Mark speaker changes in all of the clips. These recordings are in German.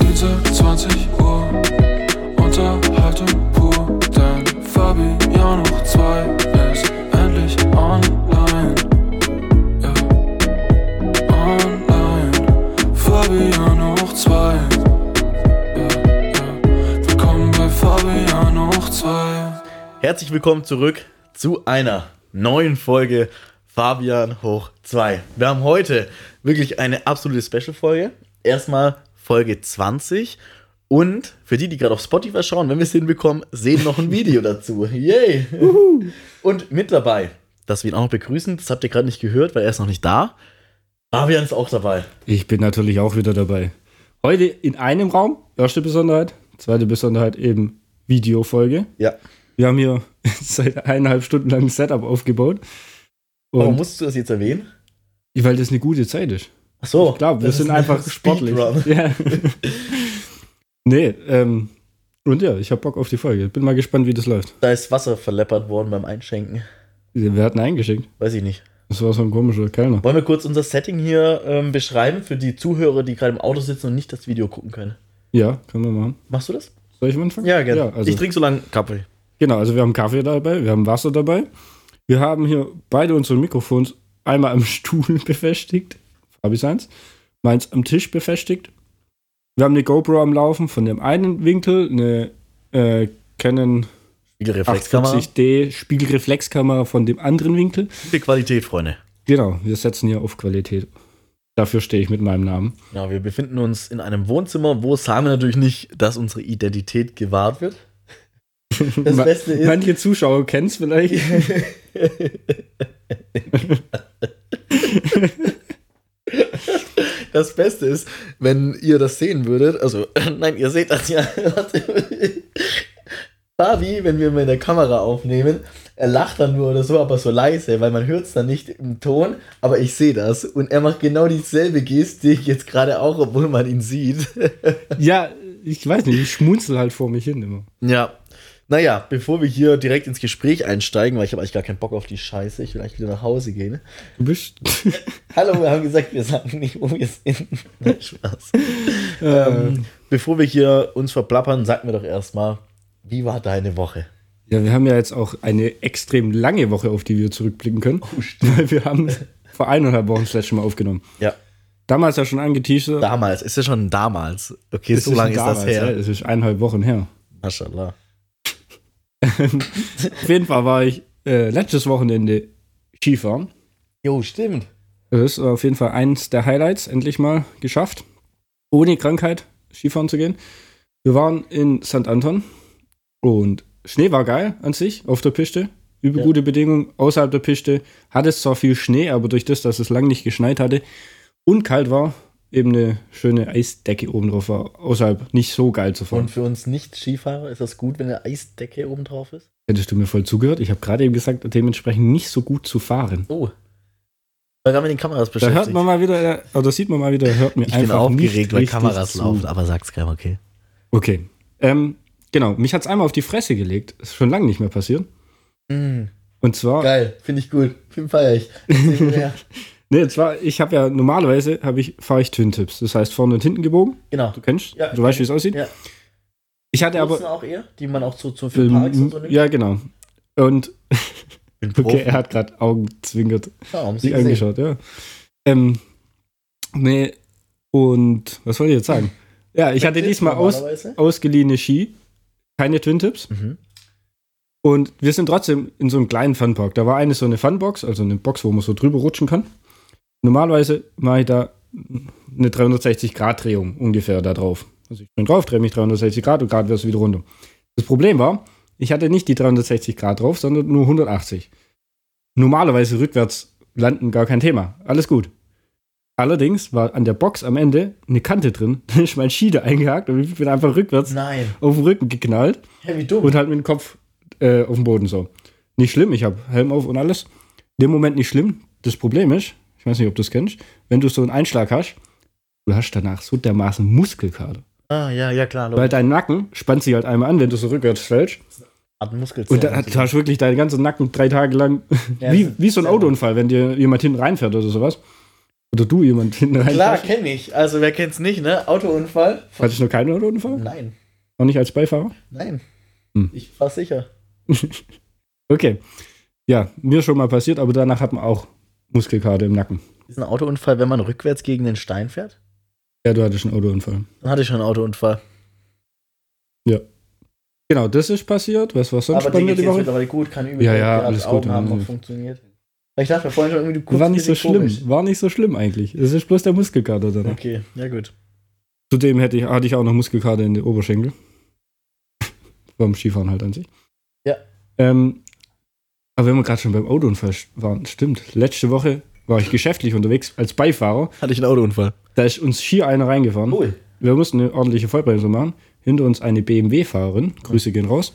Speaker 1: Linse, 20 Uhr. Unterhaltung pur, denn Fabian hoch 2 ist endlich online. Ja, online. Fabian hoch 2. Ja, ja. Willkommen bei Fabian hoch 2.
Speaker 2: Herzlich willkommen zurück zu einer neuen Folge Fabian hoch 2. Wir haben heute wirklich eine absolute Special-Folge. Erstmal Folge 20 und für die, die gerade auf Spotify schauen, wenn wir es hinbekommen, sehen noch ein Video dazu. Yay! Und mit dabei, dass wir ihn auch noch begrüßen, das habt ihr gerade nicht gehört, weil er ist noch nicht da. Fabian ist auch dabei.
Speaker 3: Ich bin natürlich auch wieder dabei. Heute in einem Raum, erste Besonderheit, zweite Besonderheit eben Videofolge.
Speaker 2: Ja.
Speaker 3: Wir haben hier seit eineinhalb Stunden lang ein Setup aufgebaut.
Speaker 2: Warum
Speaker 3: Und
Speaker 2: musst du das jetzt erwähnen?
Speaker 3: weil das eine gute Zeit ist.
Speaker 2: Ach so.
Speaker 3: Ich glaube, wir
Speaker 2: Oh, das ist
Speaker 3: sind
Speaker 2: ein
Speaker 3: einfach sportlich.
Speaker 2: Speedrun.
Speaker 3: Ja. nee, ähm, und ja, ich habe Bock auf die Folge. Bin mal gespannt, wie das läuft.
Speaker 2: Da ist Wasser verleppert worden beim Einschenken.
Speaker 3: Wir hatten eingeschickt.
Speaker 2: Weiß ich nicht.
Speaker 3: Das war so ein komischer Kellner.
Speaker 2: Wollen wir kurz unser Setting hier ähm, beschreiben für die Zuhörer, die gerade im Auto sitzen und nicht das Video gucken können?
Speaker 3: Ja, können wir machen.
Speaker 2: Machst du das?
Speaker 3: Soll ich am Anfang? Ja, also
Speaker 2: ich trinke so lange Kaffee.
Speaker 3: Genau, also wir haben Kaffee dabei, wir haben Wasser dabei. Wir haben hier beide unsere Mikrofons einmal am Stuhl befestigt, Fabi eins, meins am Tisch befestigt. Wir haben eine GoPro am Laufen von dem einen Winkel, eine äh, Canon
Speaker 2: Spiegelreflexkamera.
Speaker 3: 850D Spiegelreflexkamera von dem anderen Winkel.
Speaker 2: Gute Qualität, Freunde.
Speaker 3: Genau, wir setzen hier auf Qualität. Dafür stehe ich mit meinem Namen.
Speaker 2: Ja, Genau, wir befinden uns in einem Wohnzimmer, wo sagen wir natürlich nicht, dass unsere Identität gewahrt wird. Das
Speaker 3: Ma-
Speaker 2: Beste ist-
Speaker 3: Manche Zuschauer kennen es vielleicht.
Speaker 2: Das Beste ist, wenn ihr das sehen würdet, also nein, ihr seht das ja. Warte. Fabi, wenn wir mit der Kamera aufnehmen, er lacht dann nur oder so, aber so leise, weil man hört es dann nicht im Ton, aber ich sehe das. Und er macht genau dieselbe Gestik jetzt gerade auch, obwohl man ihn sieht.
Speaker 3: ja, ich weiß nicht, ich schmunzel halt vor mich hin immer.
Speaker 2: Ja. Naja, bevor wir hier direkt ins Gespräch einsteigen, weil ich habe eigentlich gar keinen Bock auf die Scheiße, ich will eigentlich wieder nach Hause gehen.
Speaker 3: Du bist.
Speaker 2: Hallo, wir haben gesagt, wir sagen nicht, wo wir sind. Nein, Spaß. ähm, bevor wir hier uns verplappern, sag mir doch erstmal, wie war deine Woche?
Speaker 3: Ja, wir haben ja jetzt auch eine extrem lange Woche, auf die wir zurückblicken können.
Speaker 2: Oh,
Speaker 3: weil wir haben vor eineinhalb Wochen das letzte Mal aufgenommen.
Speaker 2: Ja,
Speaker 3: Damals ja schon angeteasert.
Speaker 2: damals. Ist ja schon damals. Okay,
Speaker 3: Es
Speaker 2: so lange ist das
Speaker 3: damals, Ja,
Speaker 2: her.
Speaker 3: es ist eineinhalb Wochen her.
Speaker 2: Maschallah.
Speaker 3: Auf jeden Fall war ich äh, letztes Wochenende Skifahren.
Speaker 2: Jo, stimmt.
Speaker 3: Das ist auf jeden Fall eins der Highlights, endlich mal geschafft, ohne Krankheit Skifahren zu gehen. Wir waren in St. Anton und Schnee war geil an sich auf der Piste. Übel
Speaker 2: Ja.
Speaker 3: gute Bedingungen. Außerhalb der Piste hatte es zwar viel Schnee, aber durch das, dass es lang nicht geschneit hatte und kalt war, eben eine schöne Eisdecke oben drauf war. Außerhalb nicht so geil zu fahren.
Speaker 2: Und für uns Nicht-Skifahrer ist das gut, wenn eine Eisdecke oben drauf ist?
Speaker 3: Hättest du mir voll zugehört? Ich habe gerade eben gesagt, dementsprechend nicht so gut zu fahren.
Speaker 2: Oh. Weil wir mit den Kameras
Speaker 3: Da
Speaker 2: beschäftigt.
Speaker 3: hört man mal wieder, oder sieht man mal wieder, hört mir
Speaker 2: ich bin
Speaker 3: einfach
Speaker 2: aufgeregt,
Speaker 3: nicht
Speaker 2: weil
Speaker 3: richtig
Speaker 2: Kameras
Speaker 3: zu.
Speaker 2: laufen, aber sag's keinem, okay?
Speaker 3: Okay. Ähm, genau, mich hat's einmal auf die Fresse gelegt. Ist schon lange nicht mehr passiert. Und zwar,
Speaker 2: Hm, Geil, finde ich gut. Film feier ich.
Speaker 3: nee, und zwar, ich habe ja normalerweise habe ich fahre ich Twin Tips, das heißt vorne und hinten gebogen.
Speaker 2: genau.
Speaker 3: Du kennst,
Speaker 2: Ja,
Speaker 3: du weißt, wie es aussieht.
Speaker 2: Ja.
Speaker 3: Ich hatte
Speaker 2: Aber
Speaker 3: aber
Speaker 2: auch eher, die man auch zu, zu für Parks und so
Speaker 3: ähm, ja genau. Und
Speaker 2: bin
Speaker 3: okay, er hat gerade Augen zwinkert,
Speaker 2: um
Speaker 3: sich
Speaker 2: angeschaut.
Speaker 3: angeschaut, ja. Ähm, nee, und was soll ich jetzt sagen? Ja, ich hatte diesmal aus, ausgeliehene Ski, keine Twin Tips.
Speaker 2: Mhm.
Speaker 3: Und wir sind trotzdem in so einem kleinen Funpark. Da war eine so eine Funbox, also eine Box, wo man so drüber rutschen kann. Normalerweise mache ich da eine 360-Grad-Drehung ungefähr da drauf. Also ich bin drauf, drehe mich 360 Grad und gerade wirst du wieder runter. Das Problem war, ich hatte nicht die 360 Grad drauf, sondern nur 180. Normalerweise rückwärts landen gar kein Thema. Alles gut. Allerdings war an der Box am Ende eine Kante drin. Da ist mein Schiede eingehakt und ich bin einfach rückwärts
Speaker 2: Nein.
Speaker 3: auf den Rücken geknallt
Speaker 2: Hey, wie dumm.
Speaker 3: und halt mit dem Kopf äh, auf dem Boden so. Nicht schlimm, ich habe Helm auf und alles. In dem Moment nicht schlimm. Das Problem ist, ich weiß nicht, ob du es kennst, wenn du so einen Einschlag hast, du hast danach so dermaßen Muskelkater.
Speaker 2: Ah, ja, ja, klar.
Speaker 3: Weil dein Nacken spannt sich halt einmal an, wenn du so rückwärts fällst.
Speaker 2: Hat
Speaker 3: Und da hast- hast du wirklich deinen ganzen Nacken drei Tage lang,
Speaker 2: Ja,
Speaker 3: wie,
Speaker 2: das ist
Speaker 3: wie so ein
Speaker 2: sehr
Speaker 3: Autounfall, wenn dir jemand hinten reinfährt oder sowas. Oder du jemand hinten rein.
Speaker 2: Klar, kenne ich. Also wer kennt's nicht, ne? Autounfall?
Speaker 3: Hattest du noch keinen Autounfall?
Speaker 2: Nein,
Speaker 3: Auch nicht als Beifahrer?
Speaker 2: nein.
Speaker 3: Hm.
Speaker 2: Ich war sicher.
Speaker 3: Okay. Ja, mir schon mal passiert, aber danach hat man auch Muskelkater im Nacken.
Speaker 2: Ist ein Autounfall, wenn man rückwärts gegen den Stein fährt?
Speaker 3: Ja, du hattest einen Autounfall.
Speaker 2: Dann hatte ich schon einen Autounfall.
Speaker 3: Genau, das ist passiert. Was war sonst
Speaker 2: Aber dir
Speaker 3: spannend
Speaker 2: geht's
Speaker 3: die
Speaker 2: jetzt
Speaker 3: Woche?
Speaker 2: mittlerweile gut, kann übel
Speaker 3: Ja,
Speaker 2: gehen,
Speaker 3: ja,
Speaker 2: gerade
Speaker 3: alles
Speaker 2: die
Speaker 3: gut,
Speaker 2: Augen haben
Speaker 3: ja.
Speaker 2: noch funktioniert. Weil ich dachte vorhin schon irgendwie, du guckst
Speaker 3: War nicht so
Speaker 2: richtig
Speaker 3: schlimm.
Speaker 2: komisch.
Speaker 3: War nicht so schlimm eigentlich. Es ist bloß der Muskelkater danach.
Speaker 2: Okay, ja gut.
Speaker 3: Zudem hätte ich, hatte ich auch noch Muskelkater in den Oberschenkel. beim Skifahren halt an sich.
Speaker 2: Ja.
Speaker 3: Ähm, aber wenn wir gerade schon beim Autounfall sch- waren, stimmt. Letzte Woche war ich geschäftlich unterwegs als Beifahrer.
Speaker 2: Hatte ich einen Autounfall.
Speaker 3: Da ist uns schier einer reingefahren.
Speaker 2: Cool.
Speaker 3: Wir mussten eine ordentliche Vollbremse machen. Hinter uns eine BMW-Fahrerin. Grüße gehen raus.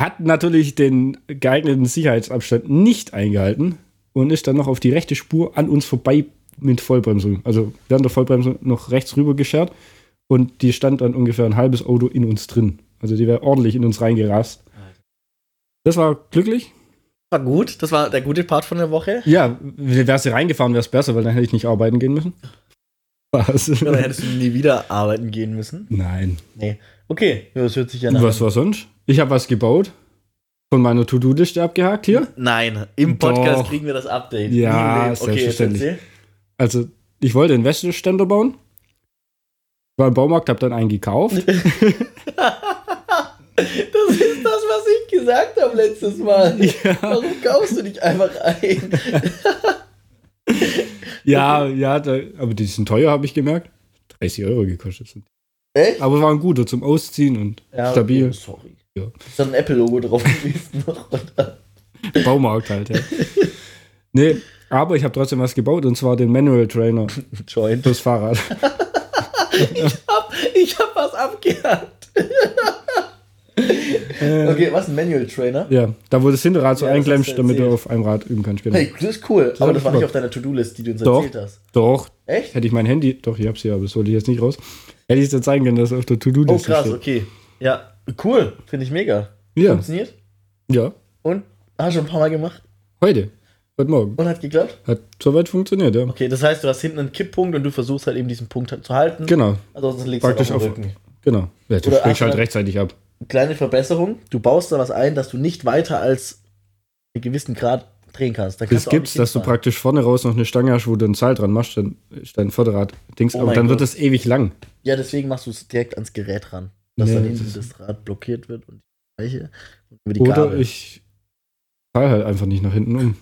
Speaker 3: Hat natürlich den geeigneten Sicherheitsabstand nicht eingehalten und ist dann noch auf die rechte Spur an uns vorbei mit Vollbremsung. Also während der Vollbremsung noch rechts rüber geschert und die stand dann ungefähr ein halbes Auto in uns drin. Also die wäre ordentlich in uns reingerast. Das war glücklich.
Speaker 2: War gut, das war der gute Part von der Woche.
Speaker 3: Ja, wäre sie reingefahren, wäre es besser, weil dann hätte ich nicht arbeiten gehen müssen. Was?
Speaker 2: Ja, dann hättest du nie wieder arbeiten gehen müssen.
Speaker 3: Nein.
Speaker 2: Okay, ja, das hört sich ja nach.
Speaker 3: Was war sonst? Ich habe was gebaut. Von meiner To-Do-Liste abgehakt hier.
Speaker 2: Nein, im Podcast
Speaker 3: Doch.
Speaker 2: kriegen wir das Update. Nie
Speaker 3: Ja,
Speaker 2: im Leben. okay, jetzt
Speaker 3: selbstverständlich.
Speaker 2: erzähl.
Speaker 3: Also, ich wollte einen Wäscheständer bauen. War im Baumarkt, habe dann einen gekauft.
Speaker 2: Das ist das, was ich gesagt habe letztes Mal. Warum kaufst du nicht einfach ein?
Speaker 3: ja, ja, da, aber die sind teuer, habe ich gemerkt. 30 Euro gekostet sind.
Speaker 2: Echt?
Speaker 3: Aber war ein guter zum Ausziehen und
Speaker 2: Ja,
Speaker 3: stabil.
Speaker 2: okay, sorry.
Speaker 3: Ja.
Speaker 2: Ist da ein Apple-Logo drauf gewesen noch? Oder?
Speaker 3: Baumarkt halt, ja. nee, aber ich habe trotzdem was gebaut und zwar den Manual Trainer
Speaker 2: Joint.
Speaker 3: fürs Fahrrad.
Speaker 2: Ab, ich hab was abgehakt. okay, was ein Manual-Trainer?
Speaker 3: Äh. Ja, da wurde das Hinterrad so
Speaker 2: Ja, das hast du
Speaker 3: einklemmst, damit du
Speaker 2: erzählt.
Speaker 3: auf einem Rad üben kannst. Genau.
Speaker 2: Hey, das ist cool.
Speaker 3: hab
Speaker 2: Aber das
Speaker 3: ich
Speaker 2: war nicht
Speaker 3: gemacht.
Speaker 2: auf deiner To-Do-List, die du uns
Speaker 3: Doch.
Speaker 2: erzählt hast.
Speaker 3: Doch,
Speaker 2: Echt?
Speaker 3: Hätte ich mein Handy, doch, ich hab's hier, aber das wollte ich jetzt nicht raus. Hätte ich es dir zeigen können, dass es auf der
Speaker 2: Oh,
Speaker 3: To-Do-Liste
Speaker 2: krass,
Speaker 3: steht.
Speaker 2: okay. Ja, cool. Finde ich mega.
Speaker 3: Ja,
Speaker 2: Funktioniert?
Speaker 3: ja,
Speaker 2: Und? Hast du schon ein paar Mal gemacht?
Speaker 3: heute. Heute Morgen.
Speaker 2: Und hat geklappt?
Speaker 3: Hat soweit funktioniert, ja.
Speaker 2: Okay, das heißt, du hast hinten einen Kipppunkt und du versuchst halt eben diesen Punkt zu halten.
Speaker 3: Genau,
Speaker 2: Ansonsten legst du halt auf
Speaker 3: Praktisch
Speaker 2: den
Speaker 3: auf-
Speaker 2: Rücken.
Speaker 3: genau. Ja, du
Speaker 2: Oder
Speaker 3: springst
Speaker 2: Arschland.
Speaker 3: halt rechtzeitig ab.
Speaker 2: Kleine Verbesserung. Du baust da was ein, dass du nicht weiter als einen gewissen Grad drehen kannst. Da kannst
Speaker 3: Das gibt's, dass du
Speaker 2: praktisch.
Speaker 3: praktisch vorne raus noch eine Stange hast, wo du einen Seil dran machst, dann ist dein Vorderrad Dings,
Speaker 2: Oh
Speaker 3: aber
Speaker 2: mein
Speaker 3: dann
Speaker 2: Gott.
Speaker 3: wird das ewig lang.
Speaker 2: Ja, deswegen machst du es direkt ans Gerät ran. Dass
Speaker 3: Nee,
Speaker 2: dann
Speaker 3: das
Speaker 2: hinten
Speaker 3: ist-
Speaker 2: das Rad blockiert wird und die Weiche. Und über die
Speaker 3: Oder
Speaker 2: Gabel.
Speaker 3: ich fall halt einfach nicht nach hinten um.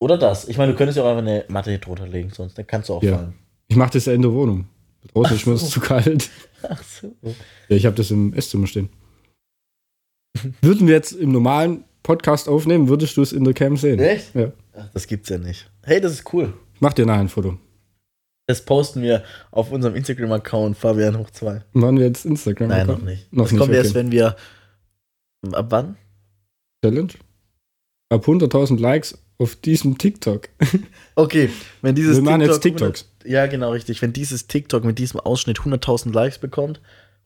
Speaker 2: Oder das. Ich meine, du könntest ja auch einfach eine Matte drunter legen, sonst dann kannst du auch
Speaker 3: Ja.
Speaker 2: fallen.
Speaker 3: Ich mache das ja in der Wohnung. Draußen ist mir
Speaker 2: so.
Speaker 3: das zu kalt.
Speaker 2: Ach so.
Speaker 3: Ja, ich habe das im Esszimmer stehen. Würden wir jetzt im normalen Podcast aufnehmen, würdest du es in der Cam sehen.
Speaker 2: Echt?
Speaker 3: Ja.
Speaker 2: Ach, das gibt's ja nicht. Hey, das ist cool.
Speaker 3: Ich mach dir nachher ein Foto.
Speaker 2: Das posten wir auf unserem Instagram-Account Fabian hoch 2.
Speaker 3: Machen wir jetzt Instagram
Speaker 2: Nein, noch
Speaker 3: Account?
Speaker 2: nicht.
Speaker 3: Noch
Speaker 2: das
Speaker 3: nicht,
Speaker 2: kommt
Speaker 3: okay.
Speaker 2: erst, wenn wir. Ab wann?
Speaker 3: Challenge? Ab 100.000 Likes auf diesem TikTok.
Speaker 2: Okay, wenn dieses
Speaker 3: wir machen jetzt
Speaker 2: TikTok-
Speaker 3: TikToks.
Speaker 2: Ja, genau, richtig. Wenn dieses TikTok mit diesem Ausschnitt 100.000 Likes bekommt,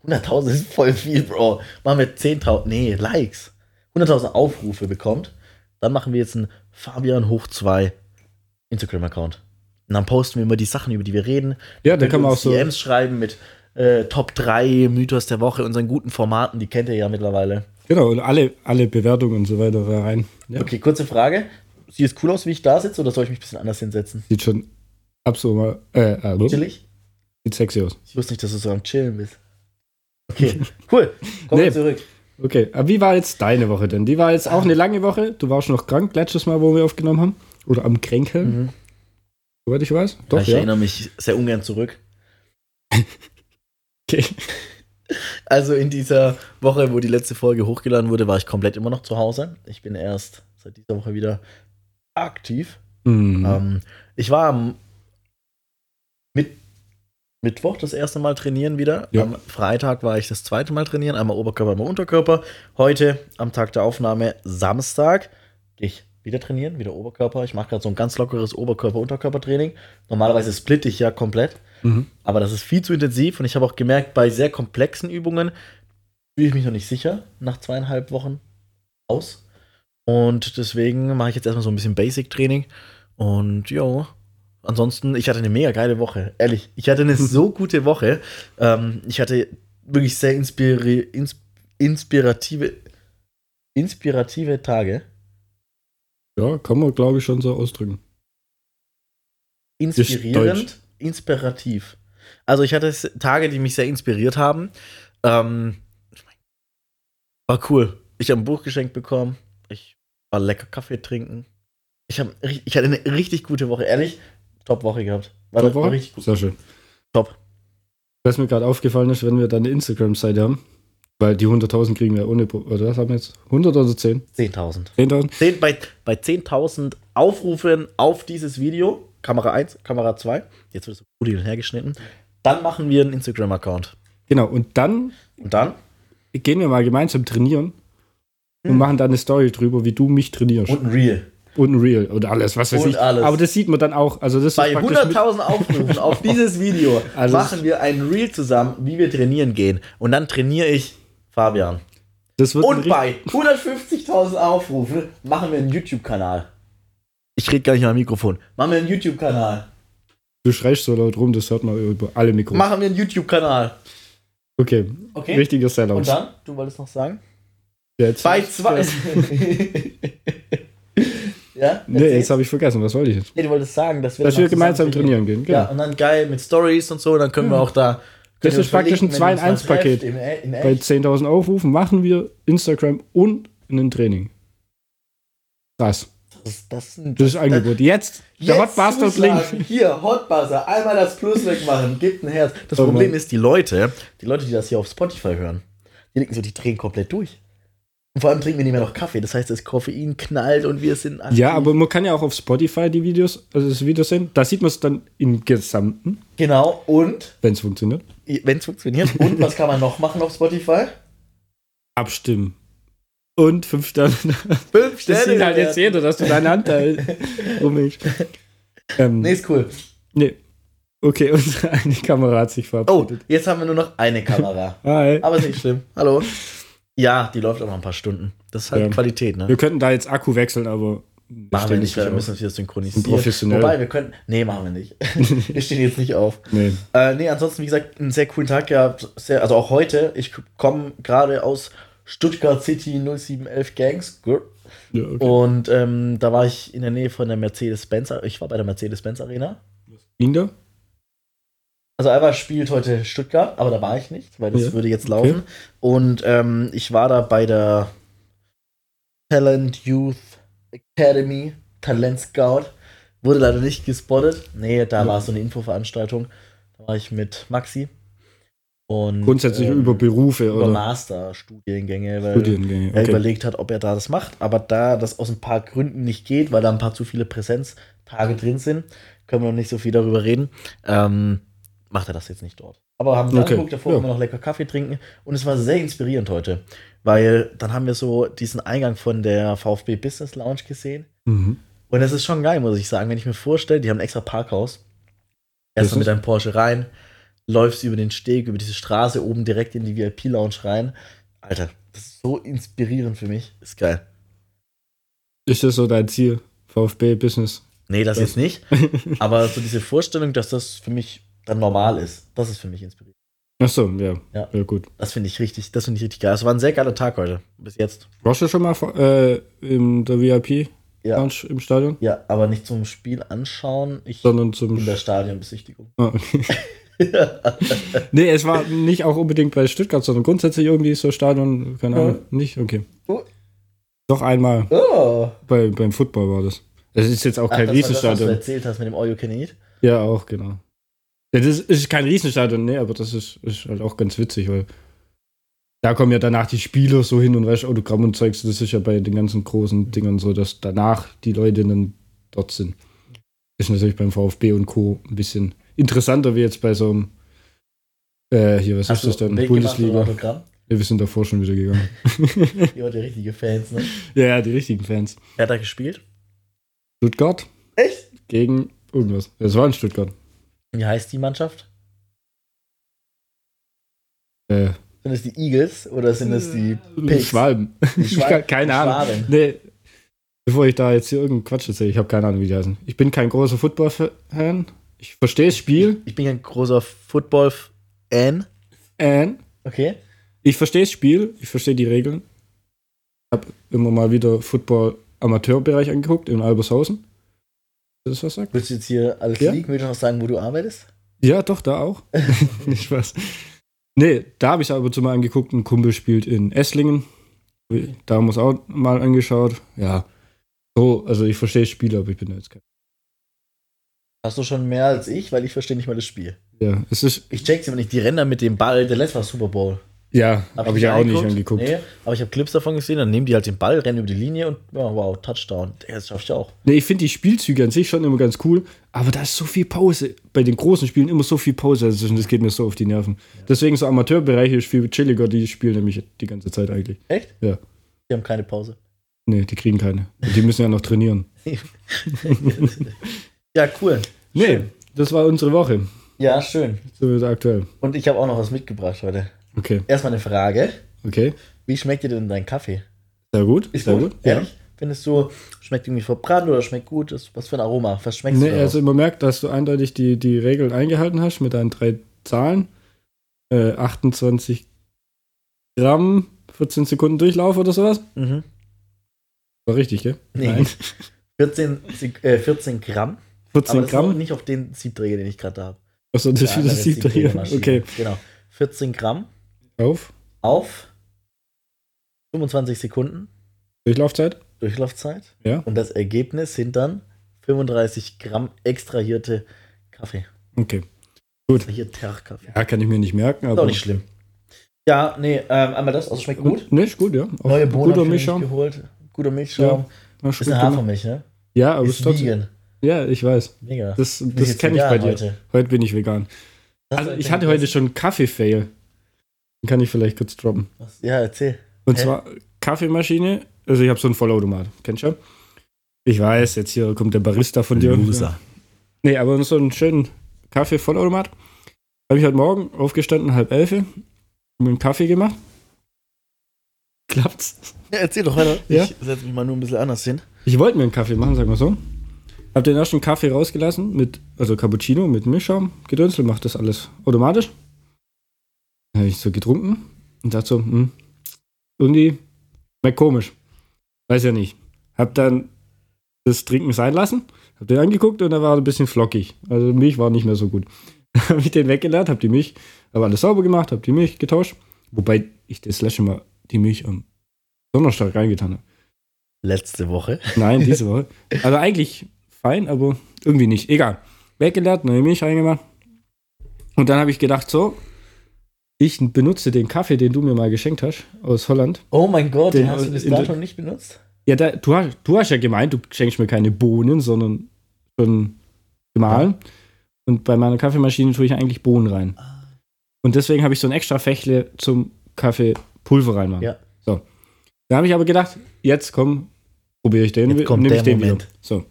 Speaker 2: 100.000 ist voll viel, Bro. Machen wir 10.000, nee, Likes. 100.000 Aufrufe bekommt, dann machen wir jetzt einen Fabian hoch 2 Instagram-Account. Und dann posten wir immer die Sachen, über die wir reden.
Speaker 3: Ja, da
Speaker 2: Könnt
Speaker 3: kann man auch
Speaker 2: uns
Speaker 3: so.
Speaker 2: DMs schreiben mit äh, Top 3 Mythos der Woche, unseren guten Formaten, die kennt ihr ja mittlerweile.
Speaker 3: Genau, und alle, alle Bewertungen und so weiter da rein. Ja.
Speaker 2: Okay, kurze Frage. Sieht es cool aus, wie ich da sitze, oder soll ich mich ein bisschen anders hinsetzen?
Speaker 3: Sieht schon absolut mal. Äh, hallo?
Speaker 2: Chillig?
Speaker 3: Sieht sexy aus.
Speaker 2: Ich wusste nicht, dass du so am Chillen bist. Okay, cool. Komm
Speaker 3: Nee.
Speaker 2: mal zurück.
Speaker 3: Okay, aber wie war jetzt deine Woche denn? Die war jetzt auch eine lange Woche. Du warst noch krank letztes Mal, wo wir aufgenommen haben. Oder am Kränkel, soweit ich weiß. Hm? Doch,
Speaker 2: Mhm. ich
Speaker 3: ja.
Speaker 2: erinnere mich sehr ungern zurück.
Speaker 3: Okay.
Speaker 2: Also in dieser Woche, wo die letzte Folge hochgeladen wurde, war ich komplett immer noch zu Hause. Ich bin erst seit dieser Woche wieder aktiv.
Speaker 3: Mhm.
Speaker 2: Ähm, ich war am Mit Mittwoch das erste Mal trainieren wieder.
Speaker 3: Ja.
Speaker 2: Am Freitag war ich das zweite Mal trainieren. Einmal Oberkörper, einmal Unterkörper. Heute, am Tag der Aufnahme, Samstag, gehe ich wieder trainieren, wieder Oberkörper. Ich mache gerade so ein ganz lockeres Oberkörper-Unterkörper-Training. Normalerweise splitte ich ja komplett.
Speaker 3: Mhm.
Speaker 2: Aber das ist viel zu intensiv und ich habe auch gemerkt, bei sehr komplexen Übungen fühle ich mich noch nicht sicher nach zweieinhalb Wochen aus. Und deswegen mache ich jetzt erstmal so ein bisschen Basic-Training. Und jo, Ansonsten, ich hatte eine mega geile Woche. Ehrlich, ich hatte eine so gute Woche. Ähm, ich hatte wirklich sehr inspiri ins inspirative, inspirative Tage.
Speaker 3: Ja, kann man, glaube ich, schon so ausdrücken. deutsch.
Speaker 2: inspirierend, inspirativ. Also ich hatte s- Tage, die mich sehr inspiriert haben. Ähm, war cool. Ich habe ein Buch geschenkt bekommen. Ich war lecker Kaffee trinken. Ich, hab, ri- ich hatte eine richtig gute Woche. Ehrlich, top Woche gehabt. War,
Speaker 3: Top Woche?
Speaker 2: war richtig gut.
Speaker 3: Sehr schön.
Speaker 2: Top.
Speaker 3: Was mir gerade aufgefallen ist, wenn wir dann eine Instagram-Seite haben, weil die 100.000 kriegen wir ohne, Pro- oder was haben wir jetzt? 100 oder 10?
Speaker 2: 10.000.
Speaker 3: 10.000?
Speaker 2: Zehn, bei bei 10.000 Aufrufen auf dieses Video, Kamera 1, Kamera 2, jetzt wird es gut hin und her geschnitten, dann machen wir einen Instagram-Account.
Speaker 3: Genau, und dann
Speaker 2: Und dann
Speaker 3: gehen wir mal gemeinsam trainieren und
Speaker 2: Hm.
Speaker 3: machen dann eine Story drüber, wie du mich trainierst.
Speaker 2: und ein Reel.
Speaker 3: Und ein Real und alles, was weiß
Speaker 2: Und
Speaker 3: ich.
Speaker 2: alles.
Speaker 3: Aber das sieht man dann auch. Also das
Speaker 2: Bei
Speaker 3: ist praktisch mit-
Speaker 2: 100.000 Aufrufen auf dieses Video
Speaker 3: Also es-
Speaker 2: machen wir ein Reel zusammen, wie wir trainieren gehen. Und dann trainiere ich Fabian.
Speaker 3: das wird ein
Speaker 2: Und
Speaker 3: richt-
Speaker 2: bei 150.000 Aufrufen machen wir einen YouTube-Kanal. Ich rede gar nicht am Mikrofon. Machen wir einen YouTube-Kanal.
Speaker 3: Du schreist so laut rum, das hört man über alle Mikros.
Speaker 2: Machen wir einen YouTube-Kanal.
Speaker 3: okay.
Speaker 2: Okay.
Speaker 3: richtiger Sellout.
Speaker 2: Und dann, du wolltest noch sagen?
Speaker 3: Jetzt,
Speaker 2: Bei zwei. ja?
Speaker 3: nee, jetzt habe ich vergessen, was wollte ich jetzt?
Speaker 2: nee, du wolltest sagen, dass wir,
Speaker 3: Dass
Speaker 2: danach
Speaker 3: wir gemeinsam
Speaker 2: zusammen
Speaker 3: trainieren gehen.
Speaker 2: Ja,
Speaker 3: Genau. Hm.
Speaker 2: und dann geil mit Stories und so, dann können wir auch da.
Speaker 3: Das ist praktisch ein 2 in 1 Paket.
Speaker 2: E-,
Speaker 3: Bei 10.000 Aufrufen machen wir Instagram und ein Training. Krass.
Speaker 2: Das, das, ist ein-
Speaker 3: Das ist Angebot. Jetzt, der
Speaker 2: Äh, Jetzt
Speaker 3: Hotbastard
Speaker 2: zuschlagen.
Speaker 3: Link.
Speaker 2: Hier, Hotbuster, einmal das Plus wegmachen, gibt ein Herz. Das
Speaker 3: Oh
Speaker 2: Problem
Speaker 3: Mann.
Speaker 2: ist, die Leute, die Leute, die das hier auf Spotify hören, die denken so, die drehen komplett durch. Und vor allem trinken wir nicht mehr noch Kaffee. Das heißt, das Koffein knallt und wir sind aktiv.
Speaker 3: Ja, aber man kann ja auch auf Spotify die Videos, also das Video sehen. Da sieht man es dann im Gesamten,
Speaker 2: Genau, und
Speaker 3: wenn es funktioniert.
Speaker 2: wenn es funktioniert. Und was kann man noch machen auf Spotify?
Speaker 3: Abstimmen. Und fünf Sterne.
Speaker 2: Fünf
Speaker 3: Das sieht halt jetzt
Speaker 2: bewerten.
Speaker 3: jeder, dass du deine Hand da rumhängst. Ähm,
Speaker 2: Nee, ist cool.
Speaker 3: nee. Okay, unsere eine Kamera hat sich
Speaker 2: Oh,
Speaker 3: verabschiedet.
Speaker 2: jetzt haben wir nur noch eine Kamera.
Speaker 3: Hi.
Speaker 2: Oh. Aber ist nicht schlimm. Hallo. Ja, die läuft auch noch ein paar Stunden. Das ist halt
Speaker 3: Ja.
Speaker 2: Qualität, ne?
Speaker 3: Wir könnten da jetzt Akku wechseln, aber.
Speaker 2: Machen wir
Speaker 3: stehen
Speaker 2: nicht,
Speaker 3: nicht
Speaker 2: weil wir
Speaker 3: auf.
Speaker 2: müssen uns wieder synchronisieren.
Speaker 3: Und professionell.
Speaker 2: Wobei, wir können. Nee, machen wir nicht. wir stehen jetzt nicht auf.
Speaker 3: Nee.
Speaker 2: Äh, nee, ansonsten, wie gesagt, einen sehr coolen Tag gehabt. Sehr, also auch heute. Ich komme gerade aus Stuttgart City 0711 Gangs. Grr.
Speaker 3: Ja, okay.
Speaker 2: Und ähm, da war ich in der Nähe von der Mercedes-Benz. Ich war bei der Mercedes-Benz Arena.
Speaker 3: Ging da?
Speaker 2: Also Alba spielt heute Stuttgart, aber da war ich nicht, weil das
Speaker 3: Ja,
Speaker 2: würde jetzt laufen. Und ähm, ich war da bei der Talent Youth Academy, Talent Scout. Wurde leider nicht gespottet. Nee, da
Speaker 3: Ja.
Speaker 2: war so eine Infoveranstaltung. Da war ich mit Maxi. Und,
Speaker 3: Grundsätzlich
Speaker 2: ähm,
Speaker 3: über Berufe
Speaker 2: über
Speaker 3: oder
Speaker 2: Masterstudiengänge, weil
Speaker 3: Studiengänge.
Speaker 2: er
Speaker 3: Okay.
Speaker 2: überlegt hat, ob er da das macht. Aber da das aus ein paar Gründen nicht geht, weil da ein paar zu viele Präsenztage drin sind, können wir noch nicht so viel darüber reden, ähm, macht er das jetzt nicht dort. Aber haben wir
Speaker 3: Okay,
Speaker 2: angeguckt, davor
Speaker 3: ja.
Speaker 2: immer noch lecker Kaffee trinken und es war sehr inspirierend heute, weil dann haben wir so diesen Eingang von der VfB Business Lounge gesehen
Speaker 3: Mhm.
Speaker 2: und das ist schon geil, muss ich sagen, wenn ich mir vorstelle, die haben ein extra Parkhaus. Erstmal
Speaker 3: Das
Speaker 2: mit
Speaker 3: ist-
Speaker 2: deinem Porsche rein, läufst über den Steg, über diese Straße oben direkt in die VIP-Lounge rein. Alter, das ist so inspirierend für mich. Ist geil.
Speaker 3: Ist das so dein Ziel? VfB Business.
Speaker 2: Nee, das
Speaker 3: Ja.
Speaker 2: jetzt nicht. Aber so diese Vorstellung, dass das für mich dann normal ist, das ist für mich inspirierend.
Speaker 3: Ach so, ja.
Speaker 2: Ja.
Speaker 3: Ja, gut.
Speaker 2: Das finde ich richtig, das finde ich richtig geil. Es war ein sehr geiler Tag heute. Bis jetzt.
Speaker 3: Warst du schon mal äh, in der VIP
Speaker 2: Ja.
Speaker 3: Lounge im Stadion?
Speaker 2: Ja, aber nicht zum Spiel anschauen. Ich
Speaker 3: Sondern zum
Speaker 2: in der Stadionbesichtigung.
Speaker 3: Ah, okay. nee, es war nicht auch unbedingt bei Stuttgart, sondern grundsätzlich irgendwie so Stadion, keine
Speaker 2: Ja.
Speaker 3: Ahnung, nicht? Okay.
Speaker 2: Oh.
Speaker 3: Doch einmal
Speaker 2: Oh.
Speaker 3: bei, beim Football war das. Es ist jetzt auch
Speaker 2: Ach,
Speaker 3: kein
Speaker 2: das war das, was du
Speaker 3: Riesenstadion.
Speaker 2: erzählt hast mit dem All You Can Eat.
Speaker 3: Ja, auch, genau. Ja, das ist, ist kein Riesenstadion, nee, aber das ist, ist halt auch ganz witzig, weil da kommen ja danach die Spieler so hin und weißt Autogramm und Zeugs, das ist ja bei den ganzen großen Dingern so, dass danach die Leute dann dort sind. Ist natürlich beim VfB und Co. ein bisschen interessanter wie jetzt bei so einem äh, hier, was
Speaker 2: Hast
Speaker 3: ist das
Speaker 2: du ein
Speaker 3: denn?
Speaker 2: Bild gemacht oder
Speaker 3: Bundesliga.
Speaker 2: Autogramm?
Speaker 3: Ja, wir sind davor schon wieder gegangen.
Speaker 2: Ihr wart ja richtige Fans, ne?
Speaker 3: ja, ja, die richtigen Fans.
Speaker 2: Wer hat da gespielt?
Speaker 3: Stuttgart
Speaker 2: Echt?
Speaker 3: gegen irgendwas. Das war in Stuttgart.
Speaker 2: Wie heißt die Mannschaft?
Speaker 3: Äh,
Speaker 2: Sind es die Eagles oder sind es die Pigs?
Speaker 3: Schwalben.
Speaker 2: Die Schwal-
Speaker 3: Keine
Speaker 2: die
Speaker 3: Ahnung.
Speaker 2: Schwaben.
Speaker 3: Nee. Bevor ich da jetzt hier irgendeinen Quatsch erzähle, ich habe keine Ahnung, wie die heißen. Ich bin kein großer Football-Fan. Ich verstehe das Spiel.
Speaker 2: Ich bin ja ein großer Football-Fan.
Speaker 3: Äh,
Speaker 2: Okay.
Speaker 3: ich verstehe das Spiel. Ich verstehe die Regeln. Ich habe immer mal wieder Football-Amateurbereich angeguckt in Albershausen. Das was sagt?
Speaker 2: Willst du jetzt hier alles
Speaker 3: Ja.
Speaker 2: liegen? Willst du noch sagen, wo du arbeitest?
Speaker 3: Ja, doch, da auch. Nicht Spaß. Nee, da habe ich aber zumal angeguckt, ein Kumpel spielt in Esslingen. Da haben wir es auch mal angeschaut. Ja. So, also ich verstehe das Spiel, aber ich bin da jetzt kein.
Speaker 2: Hast du schon mehr als ich, weil ich verstehe nicht mal das Spiel.
Speaker 3: Ja, es ist.
Speaker 2: Ich check's immer nicht. Die Ränder mit dem Ball, der letzte war Super Bowl.
Speaker 3: Ja, habe ich ja auch nicht angeguckt.
Speaker 2: Nee, aber ich habe Clips davon gesehen, dann nehmen die halt den Ball, rennen über die Linie und ja, wow, Touchdown. Digga, Das schaffst du auch.
Speaker 3: Nee, ich finde die Spielzüge an sich schon immer ganz cool, aber da ist so viel Pause. Bei den großen Spielen immer so viel Pause dazwischen, das geht mir so auf die Nerven. Deswegen so Amateurbereiche ist viel chilliger, die spielen nämlich die ganze Zeit eigentlich.
Speaker 2: Echt?
Speaker 3: Ja.
Speaker 2: Die haben keine Pause.
Speaker 3: Nee, die kriegen keine. Und die müssen ja noch trainieren.
Speaker 2: ja, cool.
Speaker 3: Nee, das war unsere Woche.
Speaker 2: Ja, schön.
Speaker 3: So wird aktuell.
Speaker 2: Und ich habe auch noch was mitgebracht heute.
Speaker 3: Okay,
Speaker 2: Erstmal eine Frage.
Speaker 3: okay.
Speaker 2: Wie schmeckt dir denn dein Kaffee?
Speaker 3: Sehr gut. sehr gut. Ja.
Speaker 2: Ehrlich? Findest du, schmeckt irgendwie verbrannt oder schmeckt gut? Ist- Was für ein Aroma? Was schmeckst
Speaker 3: Nee,
Speaker 2: du? daraus?
Speaker 3: also man merkt, dass du eindeutig die, die Regeln eingehalten hast mit deinen drei Zahlen. Äh, 28 Gramm, 14 Sekunden Durchlauf oder sowas.
Speaker 2: mhm.
Speaker 3: War richtig, gell?
Speaker 2: Nee. 14, Sek- äh, 14 Gramm.
Speaker 3: 14
Speaker 2: aber das
Speaker 3: Gramm.
Speaker 2: Ist nicht auf den Siebträger, den ich gerade habe.
Speaker 3: Achso, das ist
Speaker 2: Der
Speaker 3: wieder
Speaker 2: andere
Speaker 3: sieht hier.
Speaker 2: Siebträgermaschine.
Speaker 3: Okay,
Speaker 2: Genau. 14 Gramm
Speaker 3: auf.
Speaker 2: auf 25 Sekunden
Speaker 3: Durchlaufzeit.
Speaker 2: Durchlaufzeit.
Speaker 3: Ja.
Speaker 2: Und das Ergebnis sind dann 35 Gramm extrahierte Kaffee. Also
Speaker 3: Okay.
Speaker 2: Extrahierter Kaffee.
Speaker 3: Ja, kann ich mir nicht merken,
Speaker 2: Ist auch
Speaker 3: aber.
Speaker 2: nicht schlimm. Ja, nee, ähm, einmal das, also schmeckt gut.
Speaker 3: Nee, ist gut, ja. Auch
Speaker 2: Neue Bohnen
Speaker 3: guter
Speaker 2: hab ich mir
Speaker 3: Mischschaum.
Speaker 2: nicht geholt. Guter Milchschaum.
Speaker 3: Ja, genau.
Speaker 2: Ist eine Hafermilch, ne?
Speaker 3: ja, aber ist
Speaker 2: Ist
Speaker 3: trotzdem.
Speaker 2: vegan.
Speaker 3: Ja, ich weiß.
Speaker 2: Mega.
Speaker 3: Das,
Speaker 2: Bin ich
Speaker 3: das
Speaker 2: jetzt
Speaker 3: kenne ich
Speaker 2: vegan
Speaker 3: bei dir.
Speaker 2: Heute.
Speaker 3: Heute bin ich vegan.
Speaker 2: Das
Speaker 3: Also
Speaker 2: hat
Speaker 3: ich
Speaker 2: mir
Speaker 3: hatte heute
Speaker 2: gefallen.
Speaker 3: schon einen Kaffee-Fail. Den kann ich vielleicht kurz droppen.
Speaker 2: Was? Ja, erzähl.
Speaker 3: Und
Speaker 2: Hä?
Speaker 3: zwar Kaffeemaschine. Also ich habe so einen Vollautomat. Kennst du? Ich weiß, jetzt hier kommt der Barista von dir. Nee, aber so einen schönen Kaffee-Vollautomat. Habe ich heute Morgen aufgestanden, halb elf, mir einen Kaffee gemacht. Klappt's?
Speaker 2: Ja, erzähl doch weiter.
Speaker 3: Ja?
Speaker 2: Ich setze mich mal nur ein bisschen anders hin.
Speaker 3: Ich wollte mir einen Kaffee machen, sagen wir so. Hab den ersten Kaffee rausgelassen, mit, also Cappuccino mit Milchschaum, Gedönsel, macht das alles automatisch. Habe ich so getrunken und dachte so, hm, irgendwie schmeckt komisch. Weiß ja nicht. Hab dann das Trinken sein lassen, hab den angeguckt und da war er ein bisschen flockig. Also Milch war nicht mehr so gut. habe ich den weggeladen, hab die Milch, aber alles sauber gemacht, hab die Milch getauscht. Wobei ich das letzte Mal die Milch am Donnerstag reingetan habe.
Speaker 2: Letzte Woche.
Speaker 3: Nein, diese Woche. Also eigentlich fein, aber irgendwie nicht. Egal. Weggeleert, neue Milch reingemacht. Und dann habe ich gedacht, so, ich benutze den Kaffee, den du mir mal geschenkt hast, aus Holland.
Speaker 2: Oh mein Gott,
Speaker 3: Den-
Speaker 2: den hast du bis
Speaker 3: in der-
Speaker 2: dato nicht benutzt?
Speaker 3: Ja, da, du, hast, du hast ja gemeint, du schenkst mir keine Bohnen, sondern schon gemahlen. Und bei meiner Kaffeemaschine tue ich eigentlich Bohnen rein. Und deswegen habe ich so ein extra Fächle zum Kaffeepulver reinmachen.
Speaker 2: Ja.
Speaker 3: So. Da habe ich aber gedacht, jetzt komm, probiere ich den,
Speaker 2: Jetzt kommt
Speaker 3: nehm ich
Speaker 2: der
Speaker 3: den
Speaker 2: Moment.
Speaker 3: wieder. So.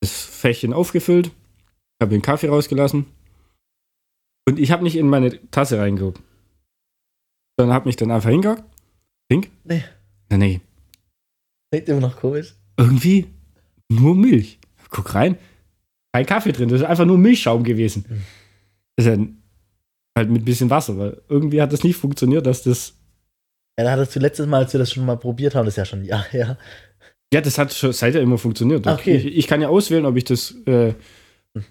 Speaker 3: Das Fächchen aufgefüllt, habe den Kaffee rausgelassen und ich habe nicht in meine Tasse reingeguckt. Dann habe mich dann einfach hingehockt. Hink?
Speaker 2: Nee.
Speaker 3: Na, nee.
Speaker 2: Klingt immer noch komisch.
Speaker 3: Irgendwie nur Milch. Guck rein. Kein Kaffee drin, das ist einfach nur Milchschaum gewesen.
Speaker 2: Mhm.
Speaker 3: Das ist ja halt mit ein bisschen Wasser, weil irgendwie hat das nicht funktioniert, dass das
Speaker 2: Ja, da hattest du letztes Mal, als wir das schon mal probiert haben, das ist ja schon ein Jahr her.
Speaker 3: Ja, das hat schon seither immer funktioniert.
Speaker 2: Okay.
Speaker 3: Ich, ich kann ja auswählen, ob ich das äh,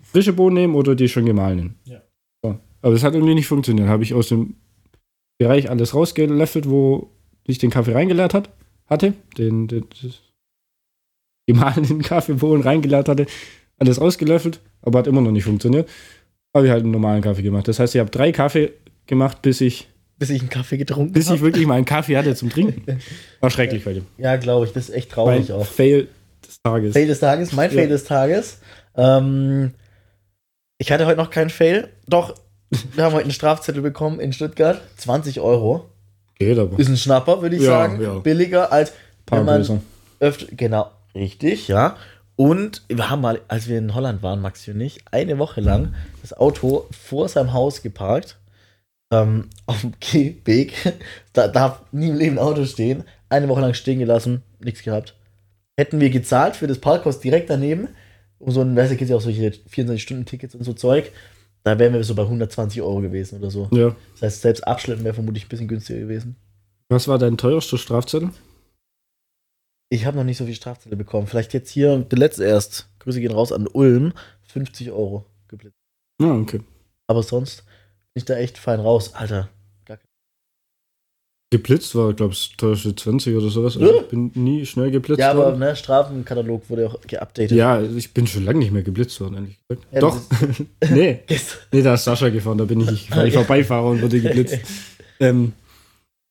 Speaker 3: frische Bohnen nehme oder die schon gemahlenen.
Speaker 2: Ja.
Speaker 3: So. Aber das hat irgendwie nicht funktioniert. Habe ich aus dem Bereich alles rausgelöffelt, wo ich den Kaffee reingeleert hat, hatte, den, den, den gemahlenen Kaffeebohnen reingeleert hatte, alles rausgelöffelt, aber hat immer noch nicht funktioniert. Habe ich halt einen normalen Kaffee gemacht. Das heißt, ich habe drei Kaffee gemacht, bis ich,
Speaker 2: Bis ich einen Kaffee getrunken
Speaker 3: bis ich
Speaker 2: habe.
Speaker 3: wirklich mal einen Kaffee hatte zum Trinken. War schrecklich bei dem.
Speaker 2: Ja, glaube ich, das ist echt
Speaker 3: Mein
Speaker 2: traurig auch.
Speaker 3: Fail des Tages.
Speaker 2: Fail des Tages, mein
Speaker 3: Ja.
Speaker 2: Fail des Tages. Ähm, ich hatte heute noch keinen Fail. Doch, wir haben heute einen Strafzettel bekommen in Stuttgart. 20 Euro.
Speaker 3: Geht aber.
Speaker 2: Ist ein Schnapper, würde ich
Speaker 3: Ja,
Speaker 2: sagen.
Speaker 3: ja.
Speaker 2: Billiger als
Speaker 3: Paar
Speaker 2: wenn man
Speaker 3: größer.
Speaker 2: öfter. Genau, richtig, ja. Und wir haben mal, als wir in Holland waren, Maxi und ich, eine Woche lang das Auto vor seinem Haus geparkt. Ähm, auf dem Gehweg. Da darf nie im Leben ein Auto stehen. Eine Woche lang stehen gelassen, nichts gehabt. hätten wir gezahlt für das Parkhaus direkt daneben, um so ein, weißt du, gibt ja auch solche 24-Stunden-Tickets und so Zeug, da wären wir so bei 120 Euro gewesen oder so.
Speaker 3: Ja.
Speaker 2: Das heißt, selbst abschleppen wäre vermutlich ein bisschen günstiger gewesen.
Speaker 3: Was war dein teuerster Strafzettel?
Speaker 2: Ich habe noch nicht so viel Strafzettel bekommen. Vielleicht jetzt hier, der letzte erst. Grüße gehen raus an Ulm. 50 Euro geblitzt.
Speaker 3: Ah, okay.
Speaker 2: Aber sonst bin ich da echt fein raus. Alter,
Speaker 3: Geblitzt war, glaube ich, das teuerste 20 oder sowas. Also
Speaker 2: Ja.
Speaker 3: ich bin nie schnell geblitzt
Speaker 2: Ja, aber
Speaker 3: worden.
Speaker 2: ne, Strafenkatalog wurde auch geupdatet.
Speaker 3: Ja, ich bin schon lange nicht mehr geblitzt worden, ehrlich gesagt.
Speaker 2: Ja,
Speaker 3: Doch. nee,
Speaker 2: Yes.
Speaker 3: nee, da ist Sascha gefahren, da bin ich nicht gefahren. Ich war
Speaker 2: Ja.
Speaker 3: Beifahrer und wurde geblitzt. ähm,